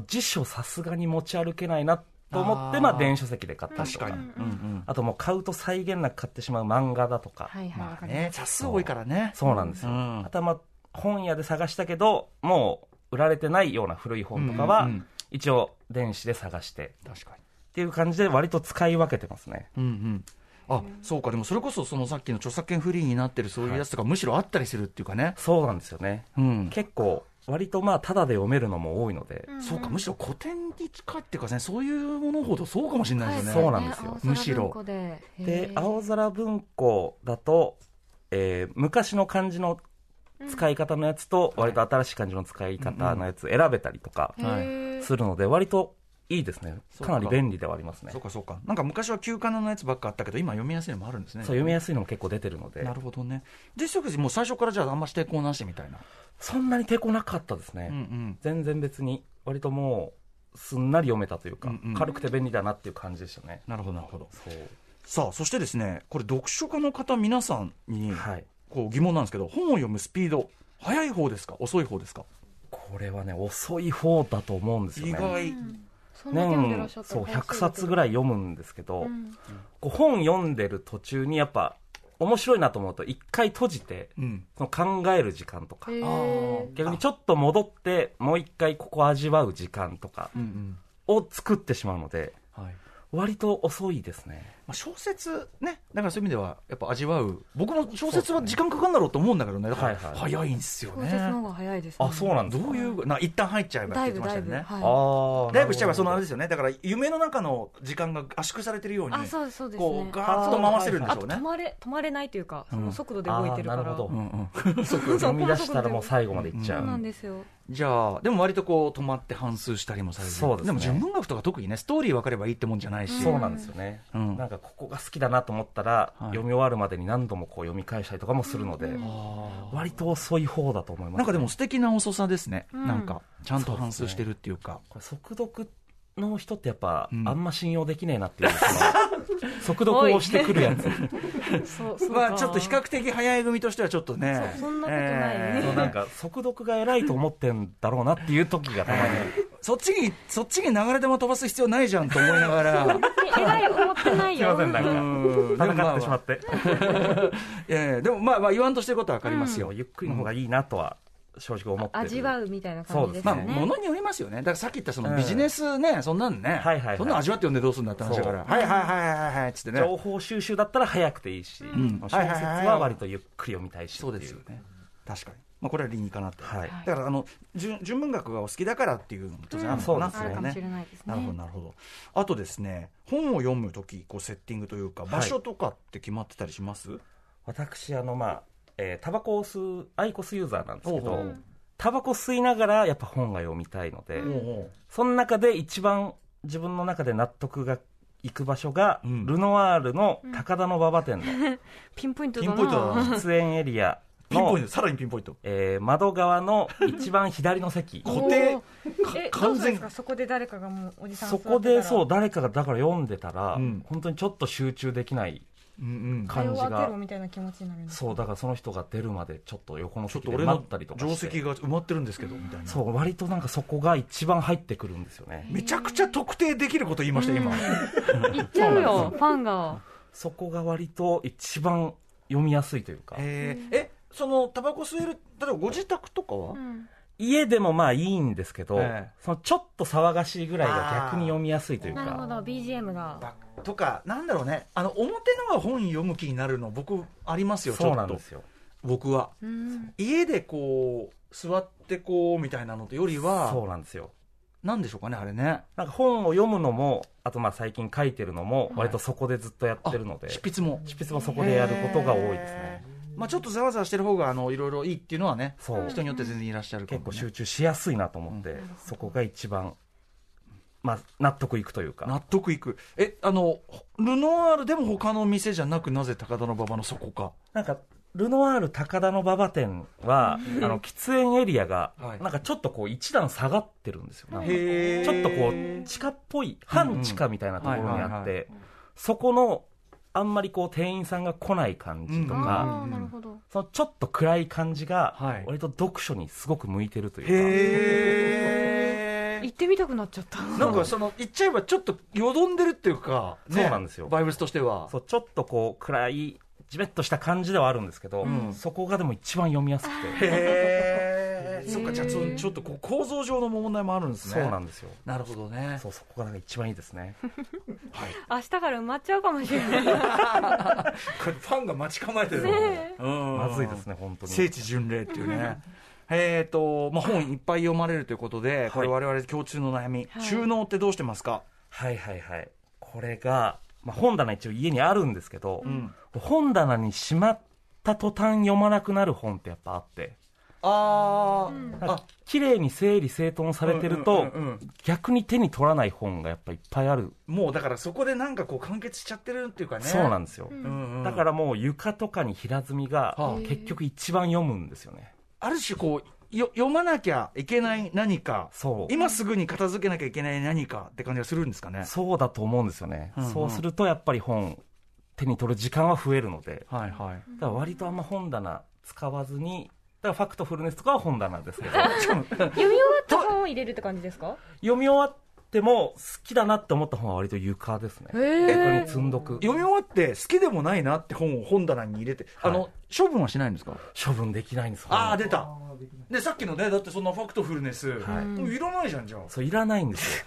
S4: 辞書さすがに持ち歩けないなと思って
S2: あー
S4: まあ、電子書籍で買ったりとか
S2: うんうん
S4: あともう買うと際限なく買ってしまう漫画だとか、
S3: はいはい、わ
S2: まあ
S3: かりま
S2: ね、冊数多いからね。
S4: そうなんですよ、
S2: うん
S4: あとはまあ本屋で探したけどもう売られてないような古い本とかは、
S2: うんうん
S4: 一応電子で探して
S2: 確か
S4: っていう感じで割と使い分けてますね
S2: に。うんうん。あ、そうか、でもそれこそそのさっきの著作権フリーになってるそういうやつとか、むしろあったりするっていうかね。
S4: そうなんですよね
S2: うん。
S4: 結構割とまあタダで読めるのも多いので、
S2: そうか、むしろ古典に近いっていうかね、そういうものほどそうかもしれないです
S3: す
S2: よね。
S4: そうなんですよ
S2: むしろ
S3: 青空文庫で
S4: で青空文庫だと、えー昔の漢字の使い方のやつと割と新しい漢字の使い方のやつ選べたりとか
S3: へー
S2: はい
S3: へー
S4: するので割といいですね
S2: そう
S4: か
S2: か
S4: なり便利ではありますね
S2: そ
S4: そう
S2: うかそうかなんか昔は休刊のやつばっかあったけど今読みやすいのもあるんですね
S4: 読みやすいのも結構出てるので
S2: なるほどね実食事もう最初からじゃああんまし抵抗なしみたいな
S4: そんなに抵抗なかったですね、
S2: うんうん
S4: 全然別に割ともうすんなり読めたというか、
S2: うんうん
S4: 軽くて便利だなっていう感じでしたね
S2: なるほどなるほど
S4: そう
S2: さあそしてですねこれ読書家の方皆さんに
S4: はい
S2: こう疑問なんですけど本を読むスピード早い方ですか遅い方ですか
S4: これはね遅い方だと思うんですよね
S2: 意外
S3: そんな読んでらっ
S4: 年
S3: しゃった
S4: そう100冊ぐら
S3: い、
S4: い読むんですけど、
S3: うん
S4: こう本読んでる途中にやっぱ面白いなと思うと一回閉じて
S2: うん
S4: その考える時間とか
S3: へー
S2: あー
S4: 逆にちょっと戻ってもう一回ここ味わう時間とか
S2: うんうん
S4: を作ってしまうので
S2: はい
S4: 割と遅いですね
S2: まあ、小説ねだからそういう意味ではやっぱ味わう僕も小説は時間かかるんだろうと思うんだけどねだから
S4: はいはい
S2: 早いんですよ
S3: 小
S2: ね、
S3: 説の方が早いですね
S4: あそうなんです
S2: どういうな一旦入っちゃえばっ
S3: だ
S2: て
S3: い
S2: 言って
S3: ぶ
S2: ましたよ
S3: だいぶ
S2: ね
S4: あ
S3: は
S4: ー
S2: ライブしちゃえばそのあれですすよねだから夢の中の時間が圧縮されてるよう
S3: い
S2: に
S3: あそうですそうです
S2: こ
S3: ね
S2: うガーッと回してるんでし
S3: あ
S2: ょう
S3: と
S2: ね
S3: 止まれ止まれないというかその速度で動いてるから、
S4: あーなるほど
S2: うんうん
S4: 読み出したらもう最後までいっちゃ
S3: そう
S4: う、
S3: なんですよ
S2: じゃあでも割とこう止まって反数したりもされる
S4: そうですね
S2: も純文学とか特にねストーリー分かればいいってもんじゃないし、
S4: そうなんですよね、
S2: うん
S4: なんかここが好きだなと思ったら、
S2: はい
S4: 読み終わるまでに何度もこう読み返したりとかもするので、
S2: あ
S4: 割と遅い方だと思います、
S2: ーなんかでも素敵な遅さですね、
S3: うん
S2: なんかちゃんと反数してるっていうか
S4: これ速読の人ってやっぱ、
S2: うん
S4: あんま信用できねえなっていう その速読をしてくるやつ
S3: そうそう
S2: まあちょっと比較的早い組としてはちょっとね
S3: そうそんなことないね
S2: えー
S4: そうなんか速読が偉いと思ってんだろうなっていう時がた まに
S2: そっちにそっちに流れでも飛ばす必要ないじゃんと思いなが ら
S3: えらい思ってない
S4: すい
S3: よ
S4: ませんな
S2: うんん
S4: か戦ってしまって、
S2: ええでもまあまあ言わんとしてることは分かりますよ、
S4: ゆっくりの方がいいなとは正直思ってる
S3: 味わうみたいな感じです
S2: まあ、
S3: よ
S4: そう
S3: ね、
S4: で
S2: ものによりますよね、だからさっき言ったその
S4: うん
S2: ビジネスね、そんなんね、
S4: はいはいはい
S2: そんなん味わって読んでどうするんだって話だから、
S4: そ
S2: はいはいはいはいはいっつってね、
S4: 情報収集だったら早くていいし、
S2: ん
S4: 小説は割とゆっくり読みたいしってい
S2: そうですよね、確かに、まあ、これは理にかなって、
S4: はい
S2: だからあの純純文学がお好きだからっていうのも当然あるのかな、
S4: うん
S3: あるかもしれ
S2: ね。
S3: ないですね
S2: なるほどなるほどあとですね本を読む時こうセッティングというか
S4: い
S2: 場所とかって決まってたりします、
S4: 私あのまあえータバコを吸うアイコスユーザーなんですけ
S2: おうお
S4: ど
S2: う
S4: タバコ吸いながらやっぱ本が読みたいので、
S2: おうおう
S4: その中で一番自分の中で納得がいく場所が、
S2: うん
S4: ルノワールの高田の馬場店 の
S3: ピンポイント
S2: ピ
S3: だ
S2: ン
S3: な
S2: ポイントだな
S4: 喫煙エリア
S2: ピンポイン
S4: の
S2: ト、さらにピンポイント
S4: えー窓側の一番左の席
S2: 固定
S3: え
S2: か
S3: どう
S2: 完
S3: する
S2: 全
S3: んですかそこで誰かがもうおじさん
S4: そこでそう
S3: う
S4: 誰かがだから読んでたら、
S2: うん
S4: 本当にちょっと集中できない
S2: うんうん
S4: 感
S3: 会
S4: じ
S3: 話当て
S4: が
S3: ろみたいな気持ちになるんです
S4: そうだからその人が出るまでちょっと横の
S2: ちょっ
S4: 席
S2: と
S4: で
S2: 俺
S4: 待
S2: の
S4: ったりとか
S2: 定
S4: して
S2: 石が埋まってるんですけどみたいな
S4: そう割となんかそこが一番入ってくるんですよね
S2: めちゃくちゃ特定できること言いました今
S3: 行っちゃうよファンが
S4: そこが割と一番読みやすいというか
S2: えーえそのタバコ吸える例えばご自宅とかは、
S3: うん
S4: 家でもまあいいんですけど、
S2: ええ
S4: そのちょっと騒がしいぐらいが逆に読みやすいという
S3: なるほ
S4: か
S3: ど BGM が
S2: ばとかなんだろうねあの表のが本読む気になるの僕ありますよち
S4: そ
S2: ょ
S4: うな
S2: っ
S4: ん
S2: と
S4: ですよ
S2: 僕は
S3: うん
S2: 家でこう座ってこうみたいなのとより
S4: そ
S2: は
S4: うなんですよ
S2: なんでしょうかねあれね
S4: なんか本を読むのもあとまあ最近書いてるのも割とそこでずっとや
S2: あ
S4: ってるので、
S2: 執筆も
S4: 執筆もそこでやることが多いですね
S2: まあちょっとざわざわしてる方があのいろいろいいっていうのはね
S4: そう
S2: 人によって全然いらっしゃるか
S4: 結
S2: も
S4: 構
S2: ね、
S4: 集中しやすいなと思って、そこが一番、まあ、納得いくというか
S2: 納得いくえあのルノワールでも他の店じゃなくなぜ高田の馬場のそこか
S4: なんかルノワール高田の馬場店は、あの喫煙エリアが、
S2: はい
S4: なんかちょっとこう一段下がってるんですよなんか
S2: へ
S4: ちょっとこう地下っぽい半地下みたいなところに
S2: はい
S4: あ
S2: は
S4: っ
S2: いはい
S4: てそこのあんまりこう店員さんが来ない感じと
S2: うん
S4: か、
S3: ああなるほど
S4: そのちょっと暗い感じ
S2: はい
S4: が割と読書にすごく向いてるというか、
S2: へ
S3: 行
S2: え
S3: ってみたくなっちゃった
S2: なんかその言っちゃえばちょっとよどんでるっていうか、
S4: そうなんですよ
S2: バイブスとしては
S4: そうちょっとこう暗いじめっとした感じではあるんですけど、
S2: ん
S4: そこがでも一番読みやすくて、
S2: へ えそっかじゃあそのちょっとこう構造上の問題もあるんです
S4: そ
S2: ね
S4: うなんですよ
S2: なるほどね
S4: そうそこがなんか一番いいですね
S3: 明日から埋まっちゃうかもしれな
S2: これ
S3: い
S2: ファンが待ち構えてるの、うん
S4: まずいですね本当に
S2: 聖地巡礼っていうねえーとまあ、本いっぱい読まれるということで、これ我々共通の悩み、
S3: はい
S2: 収納ってどうしてますか、
S4: はいはいはいこれが、まあ、本棚一応家にあるんですけど、
S2: ん
S4: 本棚にしまった途端読まなくなる本ってやっぱあって
S2: あ
S4: なん
S2: ー
S4: か綺麗に整理整頓されてると、
S2: うんうんうんうん
S4: 逆に手に取らない本がやっぱいっぱいある、
S2: もうだからそこでなんかこう完結しちゃってるっていうかね
S4: そうなんですよ、
S2: うんうん
S4: だからもう床とかに平積みが
S2: はあ
S4: 結局一番読むんですよね、
S2: ある種こうよ読まなきゃいけない何か
S4: そう
S2: 今すぐに片付けなきゃいけない何かって感じがするんですかね
S4: そうだと思うんですよね、
S2: うんうん
S4: そうするとやっぱり本手に取る時間は増えるので
S2: はいはい
S4: だから割とあんま本棚使わずにだからファクトフルネスとかは本棚ですけど
S3: 読み終わった本を入れるって感じですか
S4: 読み終わっても好きだなって思った本は割と床ですね床に積んどく
S2: 読み終わって好きでもないなって本を本棚に入れて、
S4: はい
S2: あの処分はしないんですか
S4: 処分できないんです
S2: ああ
S4: で
S2: 出たでさっきのねだってそんなファクトフルネス、
S4: はい
S2: もういらないじゃんじゃあ
S4: そういらないんです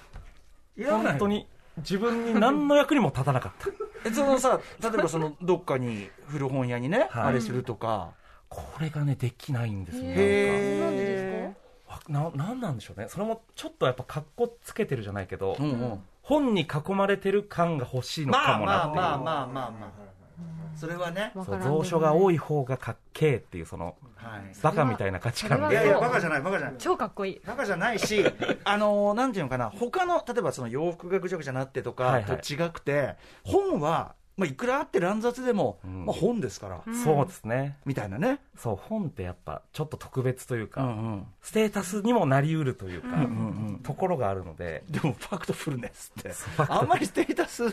S4: よ
S2: いらない
S4: 本当に自分に何の役にも立たなかった
S2: えそのさ例えばそのどっかに古本屋にね、
S4: はい
S2: あれするとか
S4: これがねできないんですね
S2: へえ
S3: なんでですか
S4: なんかわななんなんでしょうねそれもちょっとやっぱ格好つけてるじゃないけど、
S2: うんうん
S4: 本に囲まれてる感が欲しいの
S2: ま
S4: か
S2: あ
S4: も
S2: まあ
S4: なっていう、
S2: まあまあまあまあそれはね
S3: わ
S4: そ
S3: か
S4: う
S3: らんでも
S4: 蔵書が多い方がかっけえっていうその
S2: はい
S4: バカみたいな価値観
S3: そ
S2: い
S3: れ
S2: や
S3: は
S2: い
S4: で
S2: やバカじゃないバカじゃない
S3: 超かっこいい
S2: バカじゃないし、あのなんていうのかな、他の、例えばその洋服がぐちゃぐちゃなってとか、
S4: はいはい
S2: と違くて、本は、まあ、いくらあって乱雑でも、
S4: うん
S2: まあ、本ですから、
S4: そうですね
S2: みたいなね。
S4: そう本ってやっぱちょっと特別というか、
S2: うん
S4: ステータスにもなりうるというか、
S2: うん
S4: ところがあるので
S2: でも、ファクトフルネスって
S4: そうファ、クト
S2: あんまりステータス、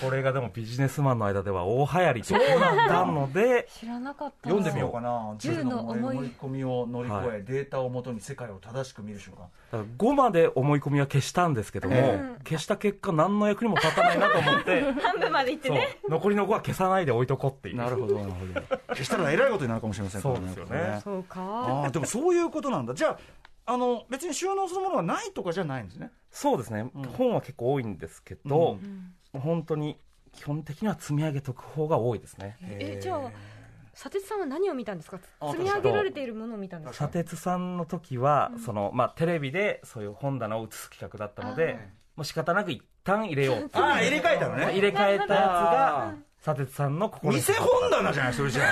S4: これがでもビジネスマンの間では大流行りとなので
S3: 知らなかった
S2: 読んでみようかな。
S3: 銃の思い
S2: 込みを乗り越え、
S4: は
S2: データをもとに世界を正しく見る瞬間。
S4: だから5まで思い込みは消したんですけども、
S2: え
S4: 消した結果何の役にも立たないなと思って
S3: 半分までいって
S4: そう
S3: ね
S4: 残りの5は消さないで置いとこうっていう
S2: なるほど、なるほど。そしたら、えらいことになるかもしれませんから
S4: そうですよね
S2: これ
S3: そうか
S2: ああ、でも、そういうことなんだ。じゃあ、あの、別に収納するものはないとかじゃないんですね。
S4: そうですね、
S2: うん
S4: 本は結構多いんですけど、
S2: う
S4: 本当に基本的には積み上げとく方が多いですね
S3: えじゃあ佐哲さんは何を見たんですか
S2: あ
S3: 積み上げられているものを見たんですか
S4: 砂鉄さんの時は、そのまあ、テレビでそういう本棚を映す企画だったのでもう仕方なく一旦入れようっていう
S2: ああ、入れ替えたのね。
S4: 入れ替えたやつ
S2: あ
S4: が砂鉄さんの心
S2: 偽
S4: に
S2: 本棚じゃないそれじゃあ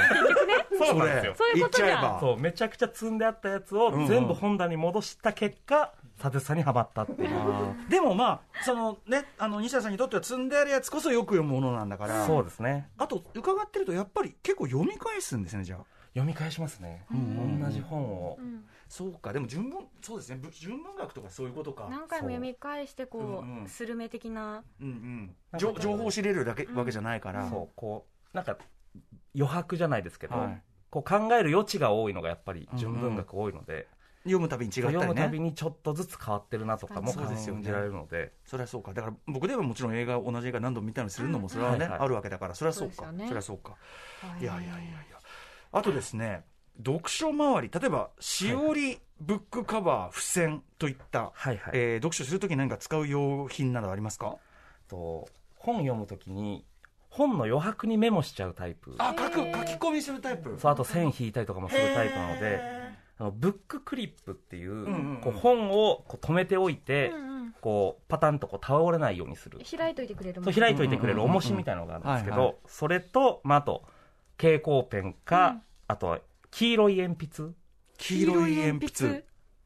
S4: そうなんですよ
S3: そういう
S2: 言
S3: こ
S2: っ
S3: と
S2: ちゃえ
S3: だ
S2: ば
S4: そうめちゃくちゃ積んであったやつを
S2: んうん
S4: 全部本棚に戻した結果、砂鉄さんにはまったっていう
S2: でもまあそのねあの西田さんにとっては積んであるやつこそよく読むものなんだから
S4: そうですね
S2: あと伺ってるとやっぱり結構読み返すんですねじゃあ
S4: 読み返しますね、同じ本を、
S2: そうかでも純文そうですねぶ純文学とかそういうことか
S3: 何回も読み返してこ
S2: うんうん
S3: うスルメ的な
S2: うんうん情情報を知れるだけ、わけじゃないから
S4: そうこうなんか余白じゃないですけど、
S2: はい
S4: こう考える余地が多いのがやっぱり純文学多いので、
S2: 読むたびに違った
S4: 読む
S2: り
S4: た
S2: ね
S4: びにちょっとずつ変わってるなとかも
S2: そう
S4: 感
S2: ですよね
S4: じられるので
S2: それはそうかだから僕ではもちろん映画同じ映画何度も見たりするのもそれはね、
S4: はいはい
S2: あるわけだからそれはそうか
S3: そう
S2: そ,、
S3: ですよね
S2: れはそうかいやいやいやいやあとですね読書周り例えばしおり、ブックカバー付箋といった、
S4: はいはい
S2: えー読書するときに何か使う用品などありますか
S4: と本読むときに本の余白にメモしちゃうタイプ
S2: あ書く書き込みするタイプ
S4: そうあと線引いたりとかもするタイプなので
S2: へ
S4: あのブッククリップっていう,、
S2: んうん
S4: こう本をこう止めておいて、
S3: うんうん
S4: こうパタンとこう倒れないようにする
S3: 開いといてくれるも
S4: そ
S3: の
S4: う開いといてくれる
S2: うんうんうんうん
S4: 重しみたいなのがあるんですけど、
S2: はいはい
S4: それと、まあ、あと蛍光ペンか、あとは黄色い鉛筆
S2: 黄色い鉛筆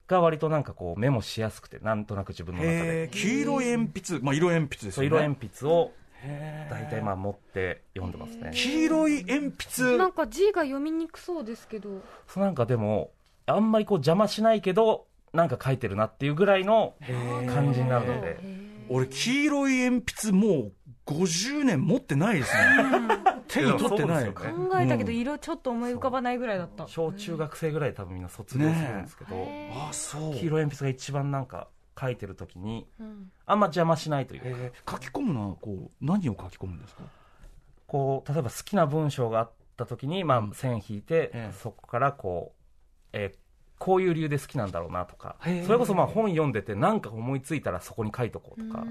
S4: が割となんかこうメモしやすくてなんとなく自分の中で
S2: へー黄色い鉛筆まあ色鉛筆です
S4: そう
S2: よね
S4: 色鉛筆を
S2: へー
S4: 大体まあ持って読んでますね
S2: 黄色い鉛筆
S3: なんか字が読みにくそうですけど
S4: そうなんかでもあんまりこう邪魔しないけどなんか書いてるなっていうぐらいの感じになるので
S2: 俺黄色い鉛筆もう50年持ってないですね手に取ってない
S4: いやそうですよね
S3: 考えたけど色ちょっと思い浮かばないぐらいだった
S4: 小中学生ぐらいで多分みんな卒業するんですけど、
S2: あそう
S4: 黄色い鉛筆が一番なんか書いてる時に
S3: うん
S4: あんま邪魔しないというか、
S2: えー書き込むのはこう何を書き込むんですか
S4: こう例えば好きな文章があった時に、まあ、線引いて、
S2: ええ
S4: そこからこう、えーこういう理由で好きなんだろうなとかそ
S2: へえ
S4: れこそまあ本読んでてなんか思いついたらそこに書いとこうとか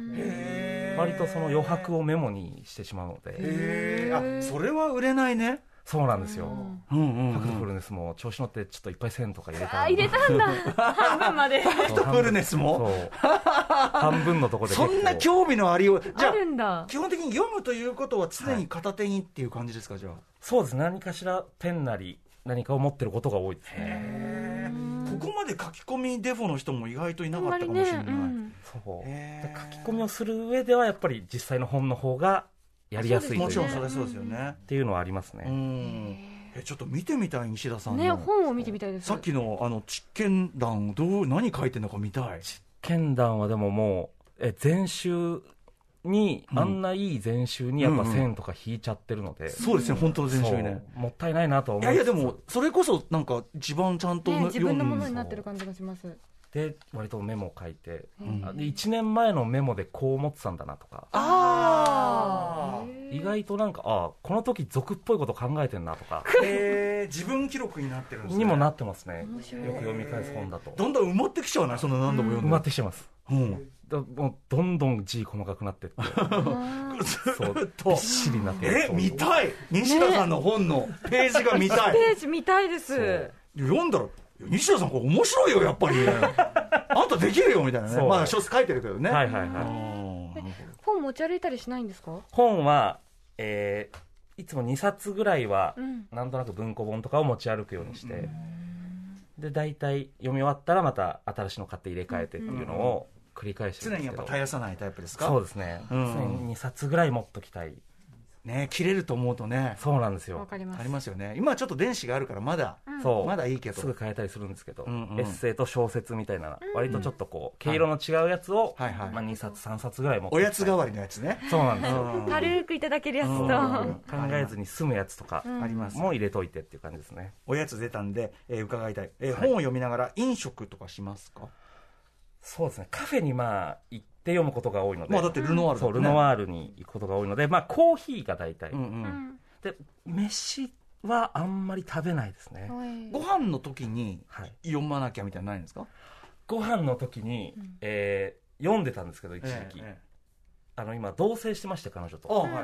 S4: 割とその余白をメモにしてしまうので
S2: へーあそれは売れないね
S4: そうなんですよ。
S2: うんうん
S4: ファクトフルネスも調子乗ってちょっといっぱい線とか入れた
S3: あ入れた んだ半分まで
S4: ファ
S2: ファクトフルネスも
S4: 半分のとこで
S2: そんな
S4: 結構
S2: 興味のありようじゃ
S3: あ
S2: あ
S3: るんだ
S2: 基本的に読むということは常に片手にっていう感じですかじゃあ
S4: そうですね何かしらペンなり何かを持ってることが多いですね。
S2: ここまで書き込みデフォの人も意外といな
S3: あん
S2: かっ
S3: ま
S2: たか
S3: り
S2: も
S3: ね、
S2: しれない、
S3: うん、
S4: そう。
S2: へー
S4: だから書き込みをする上では、やっぱり実際の本の方がやりやすいと
S2: も
S4: い
S2: ち
S4: う
S2: ろん
S4: か
S2: そ
S4: っ
S2: れそうですよね、
S4: ていうのはありますね。
S2: うんえちょっと見てみたい西田さんの、
S3: ね本を見てみたいです
S2: さっきのあの実験談どう何書いてんのか見たい
S4: 剣談はでももう、え、前週に、
S2: うん
S4: あんないい前週にやっぱ
S2: うんうん
S4: 線とか引いちゃってるので、
S2: そうですね本当の前週ね
S4: そうもったいないなとは思
S2: いや
S4: い
S2: いや
S4: つ
S2: でもそれこそなんか地盤ちゃんと
S3: ね自分のもの
S2: 読
S3: に
S2: ん
S3: なってる感じがします、
S4: で、割とメモを書いて、
S2: ん
S4: あで1年前のメモでこう思ってたんだなとか、
S2: あー
S4: 意外となんか、ああ、この時俗っぽいこと考えてんなとか、
S2: えー自分記録になってるんですね
S4: にもなってますね。
S3: 面白い
S4: よく読み返す本だと。
S2: どんどん埋まってきちゃうなその何度も
S4: 埋
S2: 読ん
S4: まっ
S2: で、
S4: てきてます。
S2: うん
S4: だもうどんどん字細かくなってって、
S3: あー
S4: そう
S2: ずっ
S4: び
S2: と
S4: っしりになって
S2: え
S4: そう
S2: 見たい西田さんの本のページが見たい、
S3: ページ見たいです
S4: う
S2: 読んだらいや西田さんこれ面白いよやっぱり あんたできるよみたいなね
S4: そう
S2: まあ小説書いてるけどね、
S4: はいはいは
S2: う
S4: い。
S2: ん
S3: 本持ち歩いたりしないんですか
S4: 本は、えーいつも2冊ぐらいは、
S3: うん
S4: なんとなく文庫本とかを持ち歩くようにして、で大体読み終わったらまた新しいの買って入れ替えてっていうのを繰り返してる
S2: 常
S4: ん
S2: に
S4: です
S2: やっ
S4: け
S2: ぱ
S4: ど、
S2: 絶やさないタイプですか
S4: そうですね、
S2: うん
S4: 常に2冊ぐらい持っときたい
S2: ね切れると思うとね
S4: そうなんですよ
S3: わかります
S2: ありますよね今はちょっと電子があるからまだ、
S4: そう
S2: まだいいけど
S4: すぐ変えたりするんですけど、
S2: うんうん
S4: エッセイと小説みたいな割とちょっとこう毛色の違うやつを、
S2: はいはい
S4: まあ、2冊3冊ぐらい持って
S2: おやつ代わりのやつね、
S4: そうなんですよ
S2: うん
S3: 軽くいただけるやつと、
S2: うん
S4: 考えずに済むやつとか
S2: あります
S4: も入れといてっていう感じですね
S2: おやつ出たんで、えー伺いたい、えー本を読みながら飲食とかしますか、
S4: そうですねカフェにまあ行って読むことが多いので、
S2: まあだってルノワールだ
S4: そ
S2: も
S4: うんル
S2: ね
S4: ノワールに行くことが多いので、まあ、コーヒーが大体、
S2: うんうん
S3: うん
S4: で飯はあんまり食べないですね、
S3: おい
S2: ご飯の時に
S4: はい、
S2: 読まなきゃみたいなのないんですか
S4: ご飯の時に、えー読んでたんですけど一時期、
S2: ええ
S4: あの今同棲してまして彼女
S2: あ
S4: と
S2: はいは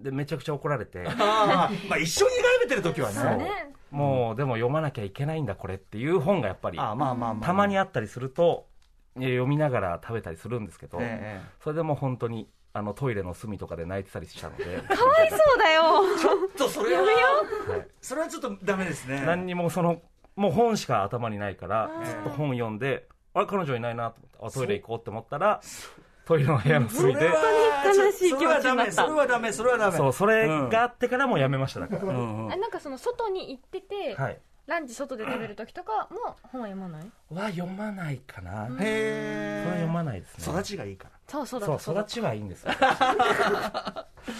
S2: い
S4: でめちゃくちゃ怒られて
S2: あーまあ一緒に並べてる時はね
S4: そうもうでも読まなきゃいけないんだこれっていう本がやっぱり
S2: あーまあまあまあ
S4: たまに
S2: あ
S4: あったりするとえー読みながら食べたりするんですけど、
S2: ええ
S4: それでもう本当にあのトイレの隅とかで泣いてたりしたので、
S3: そうだよ
S2: ちょっとそれは
S4: はい
S2: それはちょっとダメですね
S4: 何にもそのもう本しか頭にないからずっと本読んであれ彼女いないなと思ってあトイレ行こうって思ったらトイレの部屋の
S2: そ
S4: 隅
S2: れ
S4: で
S2: は
S3: 本当に悲しい気持ちになった
S2: それはダメそれはダメ
S4: そうそれがあ
S2: が
S4: ってからもうやめましただから、
S3: あなんかその外に行ってて、
S4: はい
S3: ランチ外で食べる時とかも本は読まない
S4: は読まないかな、それ
S2: へ
S4: は読
S2: え
S4: まないですね
S2: 育ちがいいから
S3: そうそうだ
S4: そう育ちはいい んですよ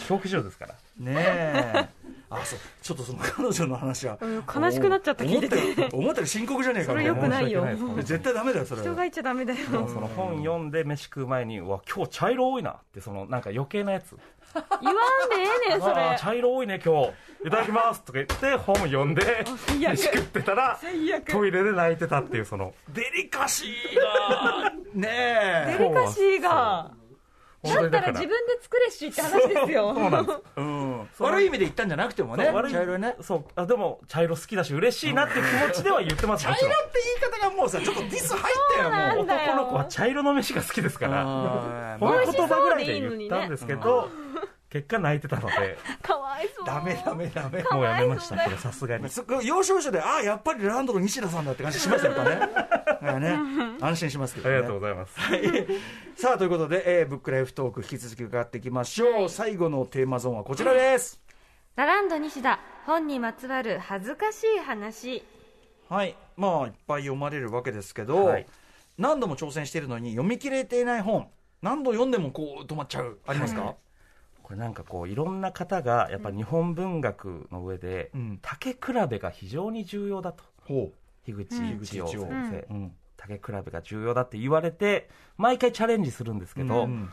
S4: 教育上ですから
S2: ね えあそうちょっとその彼女の話は、
S3: うん悲しくなっちゃった聞いてて
S2: 思ったよ思ったより深刻じゃねえか
S3: それ良くないよ
S4: 申し訳ないです
S2: 絶対ダメだよそれ
S3: 人がいちゃダメだよ
S4: もうその本読んで飯食う前にうわ今日茶色多いなってそのなんか余計なやつ
S3: 言わんでええねんそ
S4: あー
S3: れ
S4: 茶色多いね今日いただきますとか言って本読んで
S3: 最悪
S4: 飯食ってたら
S3: 最悪
S4: トイレで泣いてたっていうその
S2: デリカシーがね
S3: デリカシーが
S4: そう
S3: だったら自分で作れしって話ですよ
S4: そうなんです
S2: え、うん、悪い意味で言ったんじゃなくてもね
S4: そう悪い
S2: 茶色いね
S4: そうあでも茶色好きだし嬉しいなっていう気持ちでは言ってます
S2: 茶
S4: も
S2: 色っ
S4: ちろん
S2: て言い方がもうさちょっとディス入ったよもう
S3: そうなんだよ
S4: 男の子は茶色の飯が好きですから
S2: あー
S4: こ
S2: ま
S4: の
S2: あ
S3: 美味し
S4: 言葉ぐら
S3: そうで
S4: い
S3: い
S4: で
S3: いのに
S4: 言
S3: ね
S4: ったんですけど結果泣いてたので
S3: かわいそう
S2: ダメダメダメ
S4: もうやめましたけどさすがに
S2: そこ要所要所でああやっぱりランドの西田さんだって感じしました からねだからね安心しますけ
S4: あ
S2: ど、ね、
S4: りがとうございます
S2: さあということで、えーブックライフトーク引き続き伺っていきましょう、最後のテーマゾーンはこちらです
S3: ラランド西田本にまつわる恥ずかしい話
S2: はいまあいっぱい読まれるわけですけど、
S4: はい
S2: 何度も挑戦しているのに読み切れていない本何度読んでもこう止まっちゃうありますか、
S4: これなんかこういろんな方がやっぱ日本文学の上で
S2: うん
S4: 竹比べが非常に重要だと
S2: ほ
S4: 樋口一葉
S2: 口一
S4: 先
S2: 葉
S4: 生
S2: う、うん
S4: 竹比べが重要だって言われて毎回チャレンジするんですけど、
S2: うん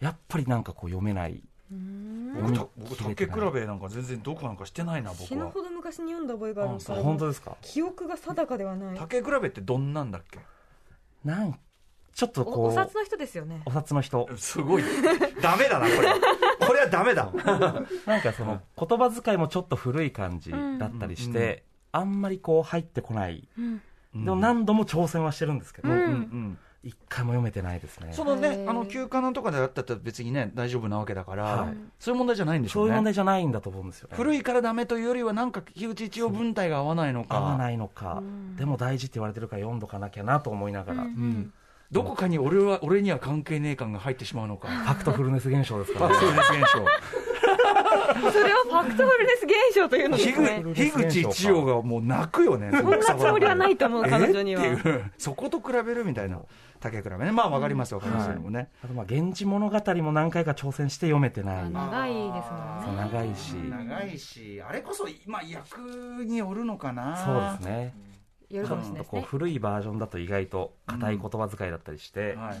S4: やっぱりなんかこう読めない
S2: 僕た
S4: 読み
S2: 僕
S4: 切れ
S2: 竹
S4: て
S2: 比
S4: ない
S2: べなんか全然どこなんかしてないな
S3: 死
S2: 僕
S3: ぬ
S2: は
S3: ほど昔に読んだ覚えがある
S2: あ
S4: あ
S3: から
S4: 本当ですか
S3: 記憶が定かではない
S2: 竹比べってどんなんだっけ
S4: なんちょっとこう
S3: おお札の人ですよね
S4: お札の人
S2: すごいダメだなこれこれはダメだ
S4: なんかその言葉遣いもちょっと古い感じだったりして、あんまりこう入ってこない、
S3: ん
S4: でも何度も挑戦はしてるんですけど、
S3: うん
S2: うん
S4: 一回も読めてないですね
S2: その
S3: へ
S2: ね
S3: ー
S2: あの休暇のとかであったら別にね大丈夫なわけだから、
S4: はい
S2: そういう問題じゃないんでしょ
S4: そう
S2: う
S4: いう
S2: ね
S4: 問題じゃないんだと思うんですよね
S2: 古いからダメというよりはなんか火打ち一応文体が合わないのか
S4: 合わないいのか、でも大事って言われてるから読んどかなきゃなと思いながら、フ
S2: どこかに俺は俺には関係ねえ感が入ってしまうのか
S4: ァクトフルネス現象ですか
S2: あ
S4: ら、ね
S2: そういう現象
S3: それをファクトフルネス現象というのですね
S2: 樋口一葉がもう泣くよね、そ
S3: そんなつもりはないと思う彼女には
S2: っていう、そこと比べるみたいな、竹比べね、まあわかります、わかりますけどもね、
S4: あとまあ源氏物語も何回か挑戦して読めてない、
S6: 長いです
S4: そう長いし、
S2: 長いし、あれこそ今、役によるのかな、
S4: そうです
S6: も
S4: ね、
S6: んね。よる
S4: ち
S6: か
S4: ょ
S6: もしれ
S4: っ
S6: ない
S4: と
S6: です
S4: こう
S6: ね。
S4: 古いバージョンだと意外と硬い言葉遣いだったりして、
S2: はい、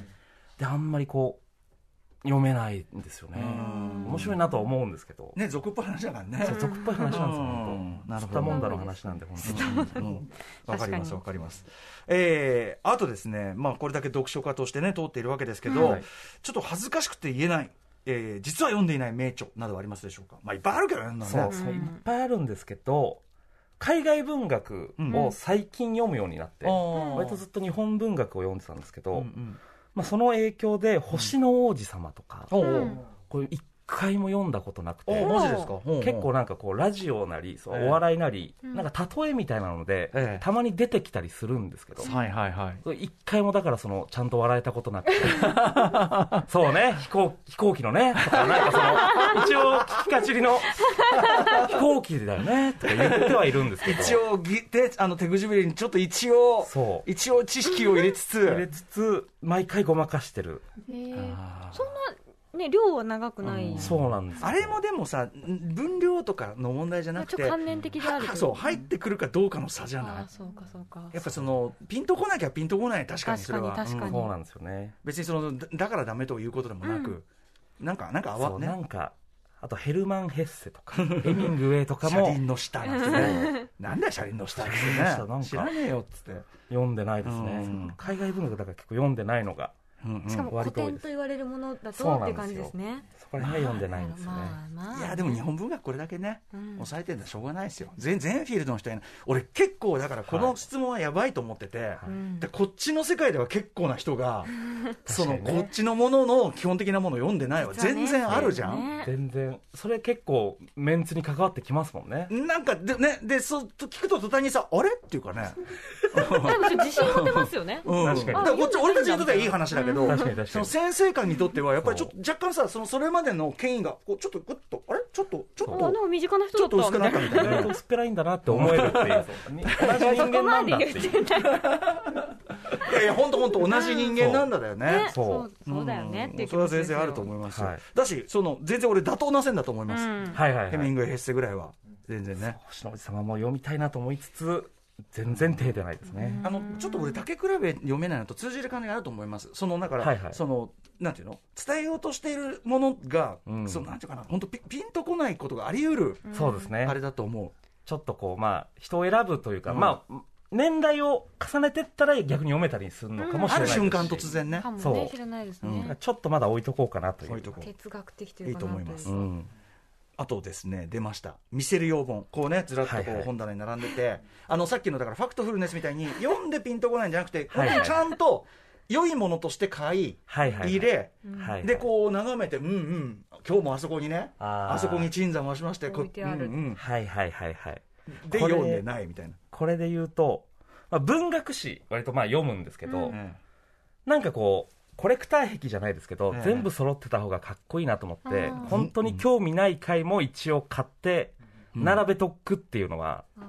S4: であんまりこう読めないんですよね、
S2: うん
S4: 面白いなとは思うんですけど、
S2: ね、俗っぽい話だからね、
S4: そう俗っぽい話なんですよ、
S2: うん
S4: 本当
S2: なるほ
S4: 吸っ
S2: ど
S4: たもんだの話なんで、本当に。
S2: うんわかりま
S6: 確か
S2: す
S6: に
S2: わかります、えーあとですね、まあ、これだけ読書家としてね通っているわけですけど、
S4: はい
S2: ちょっと恥ずかしくて言えない、えー実は読んでいない名著などはありますでしょうかまあいっぱいあるけどねなんだ
S4: そ
S2: ね
S4: うそういっぱいあるんですけど海外文学を最近読むようになって、
S2: あー
S4: 割とずっと日本文学を読んでたんですけど、
S2: うんうん
S4: まあ、その影響で「星の王子様」とか、
S2: おうおう
S4: これ一回も読んだことなく
S2: お
S4: て
S2: うマジですかおうおう
S4: 結構なんかこうラジオなりそう
S2: ええ
S4: お笑いなり、なんか例えみたいなので、
S2: ええ
S4: たまに出てきたりするんですけど。
S2: はいはいはい
S4: 一回もだからそのちゃんと笑えたことなく てそうね飛行飛行機のねとかなんかそ の一応聞きかじりの飛行機だよねとか言ってはいるん ですけど
S2: 一応ぎであの手ぐじぶりにちょっと一応
S4: そう
S2: 一応知識 を入れつつ
S4: 入れつつ毎回ごまかしてる
S3: へー
S2: あー
S3: そんなね量は長くない、
S4: そうなんですよ
S2: あれもでもさん分量とかの問題じゃなく
S3: ちょってと関連的であるとい
S2: そう入ってくるかどうかの差じゃない
S6: あ、そうかそうか。
S2: やっぱそのピンとこなきゃピンとこない確かにそれは
S3: 確かに確か
S2: うん
S3: に
S4: そうなんですよね
S2: 別にそのだだからダメということでもなく、なんかなんか
S4: そ
S2: 泡
S4: う
S2: ね
S4: なんかあとヘルマン・ヘッセと かヘミングウェイとか
S2: 車
S4: も
S2: 輪の下なんてねなんだよ車輪の下って
S4: 輪の下なん
S2: ね
S4: か
S2: 知らねえよっつって、
S4: 読んでないですね
S2: うん
S4: 海外文学だから結構読んでないのが
S2: うんうん
S3: しかも古
S4: 割と多い
S3: 典
S4: で
S3: と
S4: す
S3: 言われるものだ
S4: そう
S3: とっ
S4: な
S3: て
S4: んで
S3: いう感じ
S4: すよ
S3: ですね
S4: そこら辺は読んでないんですよね
S6: まあまあ。
S2: いやでも日本文学これだけね、抑えてるのはしょうがないですよ全ゼンフィールドの人やな俺結構だからこの質問はやばいと思ってて、でこっちの世界では結構な人が、その
S4: 確か
S2: こ
S4: にね
S2: っちのものの基本的なものを読んでないわ、
S3: 実はね
S2: 全然あるじゃん、
S3: ね
S4: 全然それ結構メンツに関わってきますもんね
S2: なんかで、ね、でそう聞くと途端にさ、あれっていうかね、
S3: 多分自信持てますよね
S2: うん、
S4: 確かに
S2: だらこっち俺たちにとってはいい話だけど、
S4: 確かに確かに
S2: その先生間にとっては、やっぱりちょっと若干さ、そのそれまでの権威が、こうちょっとグッと、あれちょっと、ちょっ
S3: あなん
S2: と、
S3: か身近な
S2: ちょ
S3: 人
S2: っと
S3: だっ
S2: 薄
S3: た
S2: く
S3: み
S2: な
S3: た
S2: った
S3: いな
S2: みたいな
S4: 意外と。薄っぺらいんだなって思えるっていうそう同じ人間なんだって
S3: そこまで
S4: いう
S2: いやいや、本当本当同じ人間なんだだよね。
S4: そう
S3: そうそうだよねってい
S2: ん
S3: う
S2: それは全然あると思いますよ、
S4: はい
S2: だしその全然俺妥当な線だと思います、
S3: うん
S4: はいはい
S2: ヘ
S4: は
S2: ミン
S4: い
S2: グウェイヘッセぐらいは全然ね
S4: 星の王子様も読みたいなと思いつつ全然手出ないですね
S2: あのちょっと俺竹比べ読めないのと通じる感じがあると思いますそのだから、
S4: はいはい
S2: そのなんていうの伝えようとしているものが、
S4: うん
S2: そのなんていうかな本当ピピンとこないことがあり得る、
S4: そうですね
S2: あれだと思う
S4: ちょっとこう、まあ、人を選ぶというか、まあ、年代を重ねてったら逆に読めたりするのかもし
S2: ある
S4: れないですし、
S2: 瞬間突然ね
S6: かも
S4: そ
S6: ね
S4: う
S6: 知らないです
S2: う
S6: ね。
S4: ちょっとまだ置いとこうかなという。
S2: 置いとこう
S6: 哲学的と
S2: い
S6: い
S2: いう
S6: か
S2: と
S6: な
S2: 思
S6: ん
S2: い
S6: とい
S2: ま
S6: う
S2: す
S6: か。
S4: うん。
S2: あとですね出ました見せる要本こうねずらっとこ
S4: はいは
S2: う
S4: い
S2: 本棚に並んでて、あのさっきのだからファクトフルネスみたいに読んでピンとこないんじゃなくて、
S4: はいはい
S2: ちゃんと良いものとして買い
S4: はいはいはい
S2: 入れ、
S4: はいはい
S2: でこう眺めてうんうん今日もあそこにね
S4: あ
S2: あ
S4: ー
S2: そこに鎮座もしましてこ
S6: 置いてある
S2: うんうん、
S4: はいはいはいはい。
S2: で
S4: これ
S2: 読んでないみたいな、
S4: これで言うと、まあ、文学史、割とまあ読むんですけど、
S2: え
S4: なんかこう、コレクター壁じゃないですけど、
S2: ええ
S4: 全部揃ってた方がかっこいいなと思って、
S6: あー
S4: 本当に興味ない回も一応買って、
S2: うん
S4: 並べとくっていうのは、
S2: え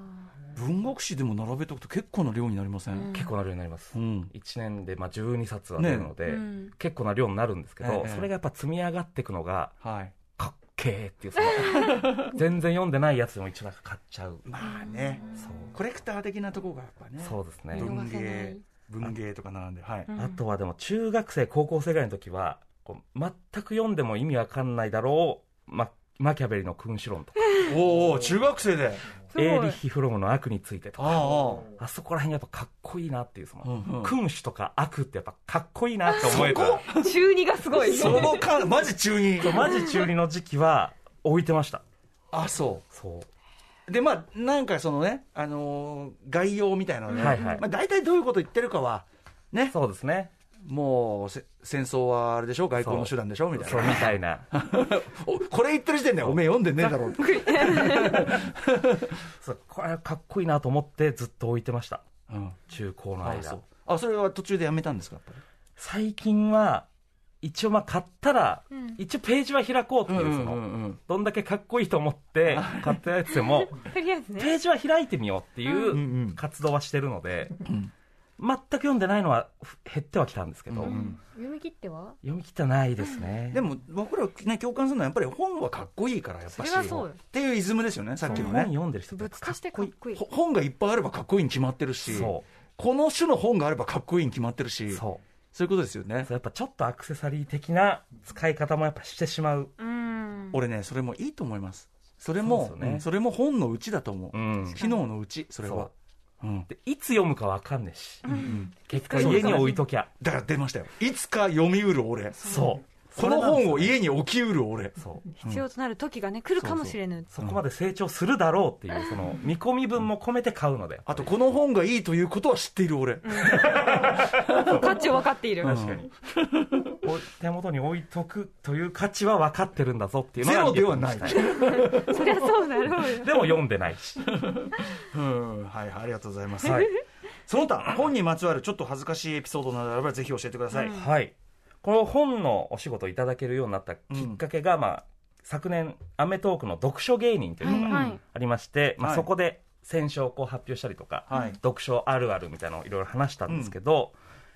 S2: 文学史でも並べとくと結構な量になりません、
S4: 結構な量になります。
S2: うん
S4: 1年でまあ12冊は出るので、
S3: うん
S4: 結構な量になるんですけど、
S2: ええ
S4: それがやっぱ積み上がっていくのが、
S2: はい
S4: かっけーっていうその 全然読んでないやつでも一応なんか買っちゃう
S2: まあね
S4: そう
S2: コレクター的なところがやっぱね
S4: そうですね、
S2: 文
S6: 逃せな
S2: 芸
S6: い
S2: 文芸とか並んではい、
S4: あとはでも中学生高校生ぐらいの時はこう全く読んでも意味わかんないだろう、ま、マキャベリの君 主論とか
S2: おお中学生で
S3: ごい
S4: エーリッヒ・フロムの悪についてとか
S2: あ
S4: あそこら辺がやっぱかっこいいなっていうその、
S2: うんうん
S4: 君主とか悪ってやっぱかっこいいなって思えた
S2: そこ
S3: 中二が すごい
S2: あその間マジ中二
S4: マジ中二の時期は置いてました
S2: あそ
S4: そう
S2: うでまあなんかそのね、あのー概要みたいなのね、
S4: はいはい
S2: まあ、大体どういうこと言ってるかはね
S4: そうですね
S2: もうせ戦争はあれでしょ、外交の手段でしょみたい
S4: そう
S2: な
S4: みた いな
S2: おこれ言ってる時点で、おめえ読んでねえだろう
S4: そうこれかっこいいなと思ってずっと置いてました
S2: うん
S4: 中高の
S2: あ
S4: 間
S2: そうあそれは途中でやめたんですか、やっぱり
S4: 最近は一応まあ買ったら、
S3: うん
S4: 一応ページは開こうっていうその、
S2: うん
S4: どんだけかっこいいと 思って買ったやつでも
S3: とりあえずね
S4: ページは開いてみようって
S2: うんう
S4: い
S2: ん
S4: う活動はしてるので、
S2: ん
S4: 全く読んでないのはふ減ってはきたんですけど、
S2: ん
S3: 読み切っては
S4: 読み切ってはないですね、
S2: でも僕ら、ね、共感するのはやっぱり本はかっこいいからやっぱし
S3: それはそうよ
S2: っていうイズムですよねさっきの
S4: 本
S2: ね
S4: 読んでる人って
S3: ぶっ
S4: か
S3: と
S4: っ
S3: してか
S4: こ
S3: っ
S4: いい
S3: こいい
S2: ほ本がいっぱいあればかっこいいに決まってるし
S4: そ
S2: この種の本があればかっこいいに決まってるし
S4: う
S2: そう
S4: そ
S2: い
S4: う
S2: うことですよね
S4: そうやっぱちょっとアクセサリー的な使い方もやっぱしてしまう、
S3: うん
S2: 俺ねそれもいいと思いますそれ
S4: そ
S2: も
S4: う
S2: う
S4: で
S2: ん
S4: す
S2: そ,、
S4: よね
S2: れも本のうちだと思う、
S4: うん
S2: 機能のうちそれは、
S4: そう
S2: ん
S4: でいつ読むかわかんねえし、
S2: うん
S4: 結果家に置いときゃ
S2: だから出ましたよいつか読みうる俺
S4: そう
S2: この本を
S4: それなんですよ
S2: 家に置きうる俺
S4: そう
S3: 必要となる時がね来るかもしれない
S4: そこまで成長するだろうっていうその見込み分も込めて買うので
S2: あとこの本がいいということは知っている俺、
S3: 価値を分かっている
S2: 確かに
S4: お手元に置いとくという価値は分かってるんだぞっていうの
S2: ゼロではない
S4: 理解した
S3: そりゃそうだろうよ
S4: いでも読んでないし
S2: うんはい はいありがとうございます、その他本にまつわるちょっと恥ずかしいエピソードなどあればぜひ教えてください、
S4: はいこの本のお仕事をいただけるようになったきっかけが、まあ、昨年『アメトーーク』の読書芸人というのが
S3: はいはい
S4: ありまして、ま
S2: は
S4: あ、
S2: い
S4: そこで選書をこう発表したりとか、
S2: はい
S4: 読書あるあるみたいなのをいろいろ話したんですけど、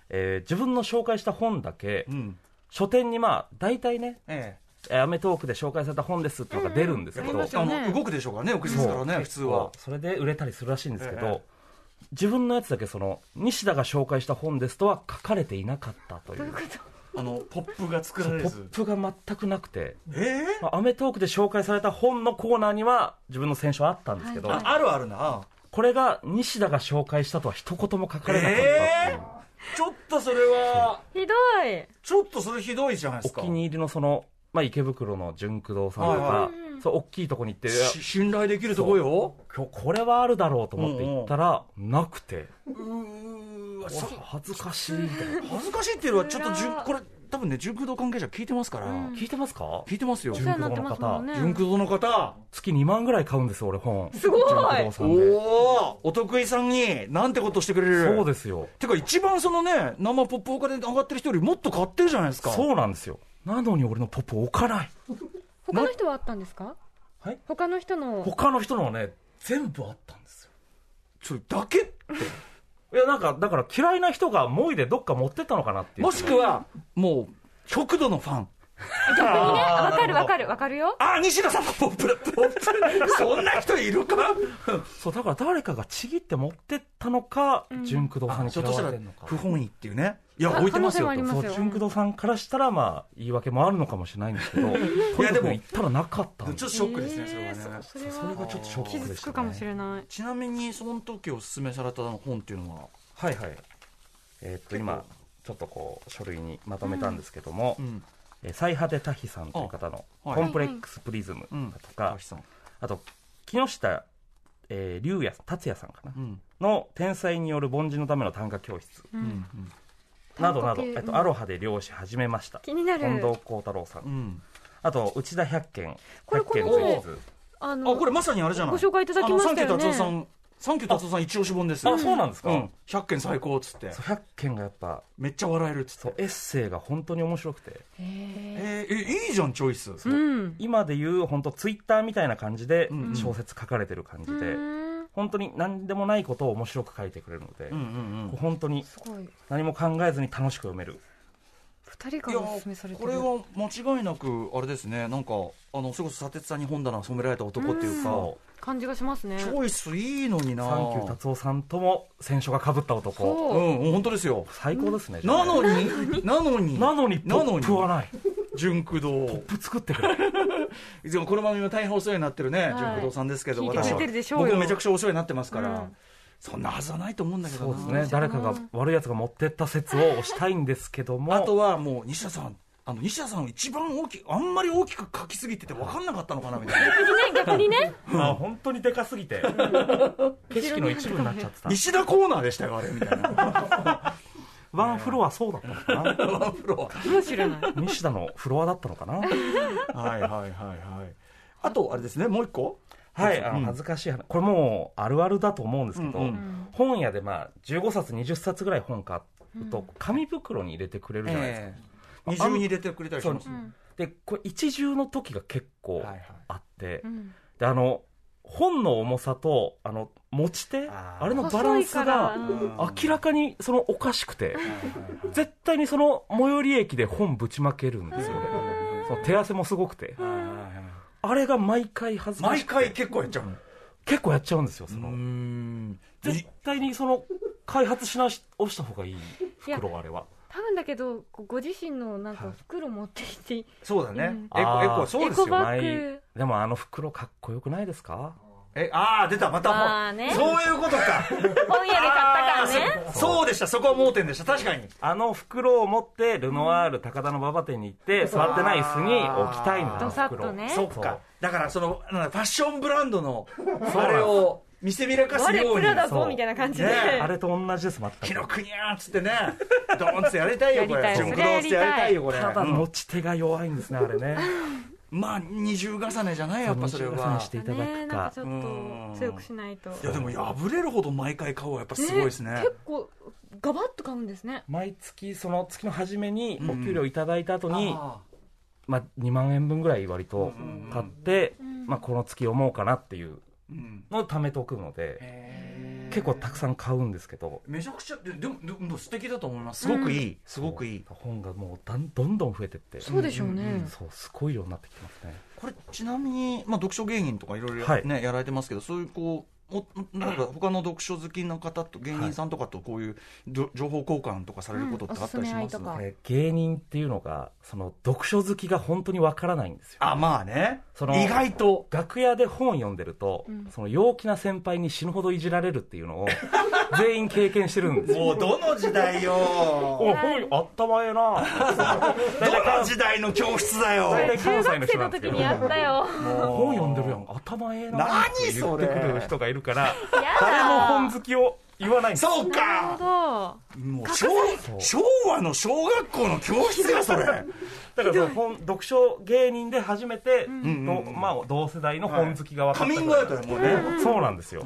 S4: えー自分の紹介した本だけ、
S2: うん
S4: 書店にまあ大体ね
S2: え
S4: えー『アメトーーク』で紹介された本ですっていうのが出るんですけど、
S2: え、しかも動くでしょうからね翌日からね普通は
S4: それで売れたりするらしいんですけど、
S2: え
S4: 自分のやつだけその西田が紹介した本ですとは書かれていなかったという
S2: あのポップが作
S4: そ
S2: ら
S4: う
S2: れ
S4: ポ
S2: ず
S4: ップが全くなくて
S2: ええ
S4: 『まあアメトーーク』で紹介された本のコーナーには自分の選書あったんですけど、
S2: ああるあるな
S4: これが西田が紹介したとは一言も書かれなかったっていう、
S2: ええちょっとそれは
S3: ひどい
S2: ちょっとそれひどいじゃないで
S4: お
S2: すか
S4: 気に入りのその、まあ、池袋の純駆動さんとか、
S2: はいは
S4: そう大きいとこに行っていや
S2: し信頼できるとこよ
S4: 今日これはあるだろうと思って行ったら、なくて
S2: うーわ
S4: こ
S2: さ
S4: れ恥ずかしいみたいな
S2: 恥ずかしいっていうのはちょっとじゅこれ多分ね純駆動関係者聞いてますから、
S4: 聞いてますか
S2: 聞いてますよ
S3: お世話になってますもんね
S2: 純駆動の方
S4: 月2万ぐらい買うんですよ俺本
S3: すごい
S4: 純駆動さんで
S2: おおお得意さんになんてことしてくれる
S4: そうですよ
S2: てか一番そのね生ポップお金で上がってる人よりもっと買ってるじゃないですか
S4: そうなんですよなのに俺のポップ置かない
S3: 他の人はあったんですか
S4: はい
S3: 他の人の
S4: 他の人のはね全部あったんですよ
S2: それだけ
S4: いやなんかだから嫌いな人がモイでどっか持ってったのかなっていう
S2: もしくはもう極度のファン
S3: わかるわかるわかるよ
S2: あ西野さんのポップだポップそんな人いるか
S4: そうだから誰かがちぎって持ってったのか純駆動さんに
S2: ちょ
S4: 嫌
S2: っとし
S4: わ
S2: た
S4: れ
S2: ら
S4: てんのか
S2: 不本意っていうねいや
S3: あ
S2: 置いてますよ
S3: 可能性もあります
S4: そう純駆動さんからしたらまあ言い訳もあるのかもしれないんですけ どとにか
S2: で
S4: く
S2: も
S4: 行ったらなかったん
S2: と
S4: で
S2: ちょっとショックですねそれはね、
S3: えーそそれ
S4: それ
S3: は
S4: がちょっとショックでした、ね、
S3: 傷つくかもしれない
S2: ちなみにその時おすすめされた本っていうのは
S4: はいはいえーっと今ちょっとこう書類にまとめたんですけども、
S2: うん
S4: えー最果てタヒさんという方の「
S2: あはい
S4: コンプレックスプリズム」だとか、
S2: 高橋さん
S4: あと木下、えー、龍也達也さんかな、
S2: うん
S4: の「天才による凡人のための短歌教室
S3: う」ん
S4: などなど、
S3: 短歌系
S4: え
S3: う
S4: っ
S3: ん
S4: と、アロハで漁師始めました
S3: 気になる
S4: 近藤幸太郎さん、
S2: うん
S4: あと内田百軒
S3: これ
S4: 百軒
S2: この
S4: ズイズ
S3: あ
S2: あ
S3: の
S2: これまさにあれじゃない
S3: ご紹介いただきましたよね
S2: あのサンキュー達夫さんサンキュー達夫さん一押し本です
S4: あそうなんですか
S2: うん、100件最高っつって
S4: そう百軒がやっぱ
S2: めっちゃ笑えるっつって
S4: そうエッセイが本当に面白くて
S2: えーえいいじゃんチョイス
S3: うん
S4: 今でいう本当ツイッターみたいな感じで
S2: うん
S4: 小説書かれてる感じで、
S3: うん
S4: 本当に何でもないことを面白く書いてくれるので、
S2: うんうんうん
S4: 本当に
S3: すごい
S4: 何も考えずに楽しく読める
S3: 二人
S2: い
S3: から
S2: や
S3: お勧めされて
S2: こ
S3: る
S2: れは間違いなくあれですねなんかあのそれこそ砂鉄さんに本棚染められた男っていうか
S4: そう
S3: 感じがしますね
S2: チョイスいいのにな
S4: サンキュー達夫さんとも選書がかぶった男
S2: う
S3: そうん
S2: 本当ですよ
S4: 最高ですね、じゃ
S2: な
S4: あ
S2: のになのに
S4: なのにポップは
S2: なのに
S4: ない
S2: 純駆動
S4: プ作ってく れ
S2: いつもこの番組も大変お世話になってるね、
S3: い
S2: 純不動さんですけど、
S3: 聞いてくれてるでしょうよ
S2: 僕もめちゃくちゃお世話になってますから、
S3: うん
S2: そんなはずはないと思うんだけど
S4: そう
S2: な
S4: ですね誰かが悪いやつが持ってった説を押したいんですけども
S2: あとはもう西田さん、あの西田さん、一番大きあんまり大きく書きすぎてて分かんなかったのかなみたいな、
S3: 逆にね
S4: あ本当にでかすぎ て景色の一部になっちゃってた
S2: 西田コーナーでしたよ、あれみたいな。
S4: ワンフロアそうだったのか な
S2: ワンフロ
S3: かもしれない。
S4: 西田のフロアだったのかな
S2: ア。はいはいはいはい。あと、あれですね、もう一個。
S4: はい、あの恥ずかしい話これもうあるあるだと思うんですけど、
S2: うんうん
S4: 本屋でまあ15冊20冊ぐらい本買うと紙袋に入れてくれるじゃないですか、
S2: ええ二重に入れてくれたりします
S4: う
S2: ね。
S4: でこれ一重の時が結構
S2: はいはい
S4: あって、
S3: うん
S4: であの本の重さとあの持ち手
S2: あ
S4: あ
S2: ー
S4: れのバランス
S3: 細いから
S4: が
S3: うん
S4: 明らかにそのおかしくて
S2: はい
S4: 絶対にその最寄り駅で本ぶちまけるんですよねその手汗もすごくて
S2: はいはい
S4: あれが毎回恥ずか
S2: 毎
S4: しくて
S2: 回結構やっちゃうの。
S4: 結構やっちゃうんですよその
S2: ん。
S4: 絶対にその開発し直しをした方がいい袋あれは
S3: 多分だけど、こうご自身のなんか袋持ってきて、
S2: そうだね。エコ、
S4: あー
S2: エコ、そうです
S3: エコバッ
S2: よ。
S3: グ
S4: ないでもあの袋かっこよくないですか
S2: え、ああ、出た、ま
S3: ま
S2: た
S3: あ
S2: もう。
S3: ね
S2: そういう ことか。
S3: 本屋で買ったからね。
S2: あーそうそうでした、そこは盲点でした、確かに。
S4: あの袋を持ってルノワール高田の馬場店に行って座ってない椅子に置きたいんだ
S3: どさっと
S4: 袋
S3: ね
S2: そっか。だから、その、なんだファッションブランドの、
S4: う
S2: あれを見せびらかす
S3: 我
S2: よう
S3: プ
S2: に。
S3: ラだ
S4: そ
S3: ぞ
S4: う
S3: みたいな感じで。
S2: ねえ
S4: あれと同じです全く
S2: キノクニャーっつってね、 ドーンってやりたいよ、これ。
S3: やりたい
S2: ジョンクドーンってやりたいよ、これ。
S4: ただ
S2: うん
S4: 持ち手が弱いんですね、あれね。
S2: まあ、二重重ねじゃ ないやっぱそれ
S4: お願い
S2: は
S4: し。ていただ
S3: ね
S4: く
S3: なんか
S4: か
S3: ち。ょっと強くしないと。
S2: いや、でも破れるほど毎回買うはやっぱすごいですね。
S3: 結構、ガバッと買うんですね。
S4: 毎月、その月の初めにお給料いただいた後に、
S2: あ
S4: まあ、2万円分ぐらい割と買って、
S3: ん
S4: まあ、この月思うかなっていう
S2: ーうん
S4: のを貯めておくので、
S2: へー
S4: 結構たくさん買うんですけど、
S2: めちゃくちゃ、ででも、でも素敵だと思います。すごくいい。すごくいい。
S4: 本がもうだんどんどん増えてって、
S3: そうでしょうね。
S4: そう、すごい量になってきてますね。
S2: これちなみに、まあ、読書芸人とかいろいろ
S4: はい
S2: ねやられてますけどそういうこうおなんか他の読書好きの方と芸人さんとかとこういうど情報交換とかされることってあったりし
S3: うん
S2: ま
S3: おす
S2: す
S3: すめ合いとか
S4: これ芸人っていうのが、その読書好きが本当にわからないんですよ。
S2: あまあね
S4: その
S2: 意外と
S4: 楽屋で本読んでると、
S3: ん
S4: その陽気な先輩に死ぬほどいじられるっていうのを 全員経験してるんですよ。
S2: もうどの時代よ
S4: お本あったまえな。
S2: どの時代の教室だよ
S4: それ
S3: 中学生の時にやったよ。
S4: 本読んでるやん、頭ええな。
S2: 何
S4: って言
S2: そ
S4: っ
S2: れ
S4: てくる人がいるから、
S3: やだ。
S4: 誰も本好きを言わないんですよ。
S2: そう
S3: なる
S2: か
S3: ほ
S2: もう昭昭和の小学校の教室よそれ
S4: だからその本、読書芸人で初めて、
S2: ん
S4: とまあ、同世代の本好きが分か
S2: カ
S4: ったぐ
S2: ミ
S4: らい。
S2: ングアウトだよもうね
S4: そうなんですよ。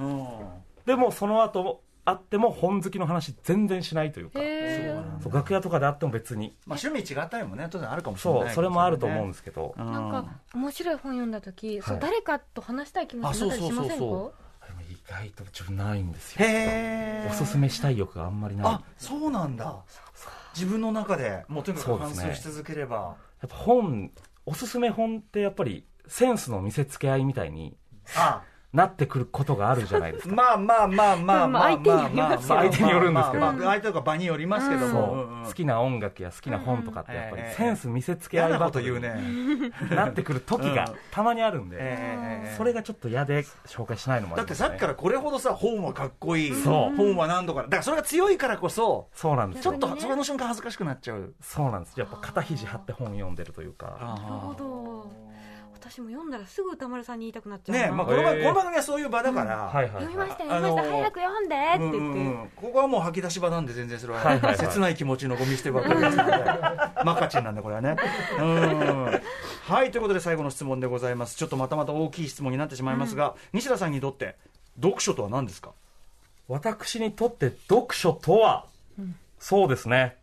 S4: でもその後、あっても本好きの話全然しないというか
S3: ど。、へー
S4: そう楽屋とかであっても別に。
S2: まあ趣味違ったりもね当然あるかもしれない
S4: そう、それもあると思うん
S2: で
S4: ですけど。
S2: す
S3: なんか面白い本読んだ時、そう
S4: はい
S3: 誰かと話したい気持ちになったりしませ
S2: あそうそうそうんそ
S3: か？
S4: でも意外と自分ないんです
S2: へ
S4: よ
S2: え
S4: おすすめしたい欲があんまりない
S2: あそうなんだ自分の中でもうとにかく
S4: そうで
S2: 反
S4: すね
S2: 芻し続ければ、
S4: やっぱ本おすすめ本ってやっぱりセンスの見せつけ合いみたいに
S2: あ
S4: なってくることがあるじゃな いですか
S2: まあまあまあまあ
S3: まあ相手によります
S4: よ相手によるんですけど
S2: まあまあ相手とか場によりますけど
S4: そう
S2: も、うんうん
S4: 好きな音楽や好きな本とかってやっぱり
S2: うんうん
S4: センス見せつけ
S2: 嫌
S4: 合い
S2: な
S4: バ
S2: こ
S4: ト
S2: と言う
S4: ルに
S2: ね、
S4: なってくる時
S2: う
S4: が
S2: ん
S4: たまにあるんで
S2: ええ
S4: それがちょっと嫌で紹介しないのもあ
S2: だっ
S4: りま
S2: て
S4: す
S2: さ
S4: ね
S2: っきからこれほどさ本はかっこいい
S4: そう
S2: 本は何度かだからそれが強いからこそ
S4: そうなんです
S2: ちょ
S4: よ
S2: っと
S3: 逆にね
S2: そこの瞬間恥ずかしくなっちゃう
S4: そうなんですやっぱ肩肘張って本読んでるというか
S3: なるほど。私も読んだらすぐ歌丸さんに言いたくなっちゃうな。
S2: ねえ、まあ、この
S4: へ
S2: 番
S4: え
S2: この番組はそういう場だから、
S4: はいはい
S3: 読みました
S2: あ
S3: 読みました、
S2: あのー
S3: 早く読んでって
S2: うん
S3: 言って、
S2: うんうんここはもう吐き出し場なんで全然それは,、
S4: はいはいはい
S2: 切ない気持ちのゴミ捨て場なんですので マカチンなんでこれはねうんはいということで最後の質問でございますちょっとまたまた大きい質問になってしまいますが、西田さんにとって読書とは何ですか
S4: 私にとって読書とは、そうですね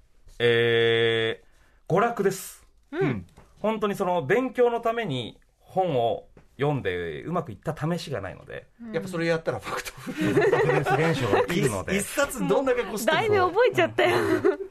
S4: えー、娯楽です
S2: うん
S4: 本当にその勉強のために本を読んでうまくいった試しがないので、
S2: やっぱそれやったらファクトフル
S4: 特別現象が起きるの
S2: 一
S4: で
S2: 一冊どんだけこすって
S3: だいぶ覚えちゃったよ、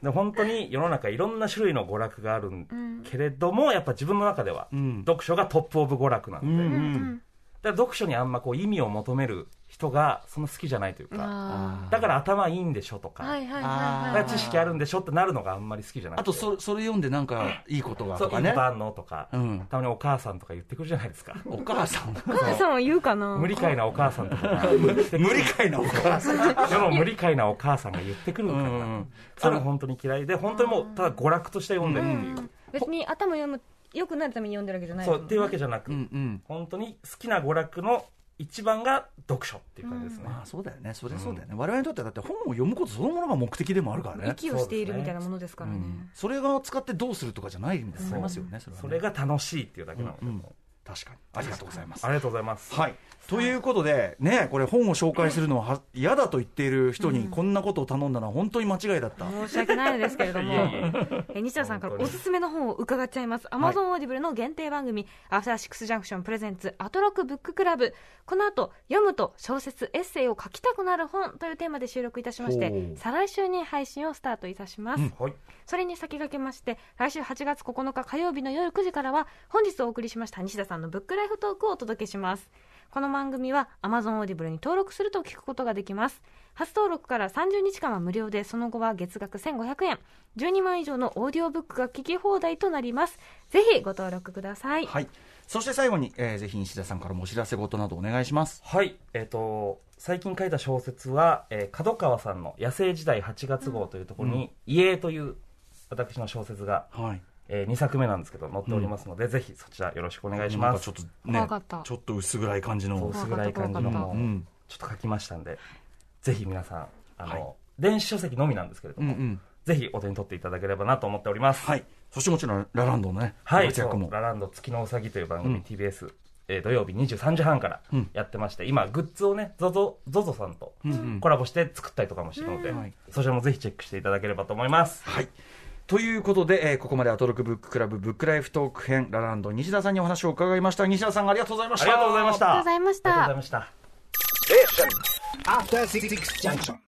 S4: で本当に世の中いろんな種類の娯楽があるんけれども、やっぱ自分の中では
S2: うん
S4: 読書がトップオブ娯楽なので、
S2: うんうん
S4: だから読書にあんまこう意味を求める人がそんな好きじゃないというか、
S3: あ
S4: だから頭いいんでしょと
S3: ー
S4: か、
S3: はいはい
S2: あ
S3: は
S4: だ
S3: い
S4: か
S3: は
S4: ら
S3: い
S4: 知識あるんでしょってなるのがあんまり好きじゃなくて
S2: あとそそれ読んでなんかいいことが
S4: そ
S2: と
S4: う、
S2: か
S4: いい
S2: ね
S4: ことあんのとか、
S2: うん
S4: たまにお母さんとか言ってくるじゃないですか。
S2: お母さん
S3: お母さんは言うかな
S4: 無理解なお母さんとかが
S2: 無理かいなお母さん
S4: 世の無理解なお母さんが言ってくるから、
S2: うんうん
S4: それが本当に嫌いで、本当にもう、ただ娯楽として読んでるっていう。
S3: 別に頭読む良くなるために読んでるわけじゃない
S4: そう、っていうわけじゃなく、
S2: うんうん
S4: 本当に好きな娯楽の一番が読書っていう感じですね。
S2: まあそうだよね、それそうだよね、我々にとってはだって本を読むことそのものが目的でもあるからね、
S3: 息をしているみたいなものですからね。
S2: それを使ってどうするとかじゃないみたいになりますよね、それはね
S4: それが楽しいっていうだけなので、
S2: うん
S4: もう
S2: 確かに、ありがとうございます
S4: あ。りがとうございます。
S2: はい、ということで、ね、これ、本を紹介するのはは嫌だと言っている人に、こんなことを頼んだのは本当に間違いだった。
S3: 申し訳ないですけれども、
S4: いえいえ
S3: え西田さんから
S4: 本当
S3: お
S4: に
S3: すすめの本を伺っちゃいます。Amazon Audible の限定番組、アフターシックスジャンクションプレゼンツアトロックブッククラブ。この後、読むと小説、エッセイを書きたくなる本というテーマで収録いたしまし
S2: ほ
S3: て、
S2: う
S3: 再来週に配信をスタートいたします。
S4: はい。
S3: それに先駆けまして、来週8月9日火曜日の夜9時からは、本日お送りしました西田さんのブックライフトークをお届けします。この番組は Amazon Audible に登録すると聞くことができます。初登録から30日間は無料で、その後は月額1500円。12万以上のオーディオブックが聞き放題となります。ぜひご登録ください。
S2: はい、そして最後に、えーぜひ西田さんからもお知らせ事などお願いします。
S4: はい、えっ、と、最近書いた小説は、えー角川さんの野生時代8月号というところに、遺影という私の小説が、
S2: はい、
S4: え2作目なんですけど、載っておりますので、ぜひそちらよろしくお願いしま
S2: なんか
S4: す。
S2: ちょっと
S3: 怖かった
S2: ね、ちょっと薄暗い感じ
S4: そう
S2: の。
S4: 薄暗い感じのも、
S2: うん
S4: ちょっと書きましたんで、ぜひ皆さん、あの、
S2: はい
S4: 電子書籍のみなんですけれど
S2: うんう
S4: も、
S2: ん、
S4: ぜひお手に取っていただければなと思っております。
S2: はい、そしてもちろんラランドのね、
S4: はい、
S2: 活躍
S4: そ
S2: も
S4: う。ラランド月のうさぎという番
S2: う
S4: 組、
S2: ん
S4: TBS、えー土曜日23時半から
S2: うん
S4: やってまして、今、グッズをね、ZOZO, ZOZO さんと
S2: うんうん
S4: コラボして作ったりとかもしてるので、
S2: はい
S4: そちらもぜひチェックしていただければと思います。
S2: はい。ということで、えーここまでアトロクブッククラブブックライフトーク編ラランド西田さんにお話を伺いました。西田さんありがとうございまし
S4: あ
S2: た。
S4: りがとうございました。
S3: ありがとうございました
S4: ありがとうございました。
S5: Station. After Six Junction.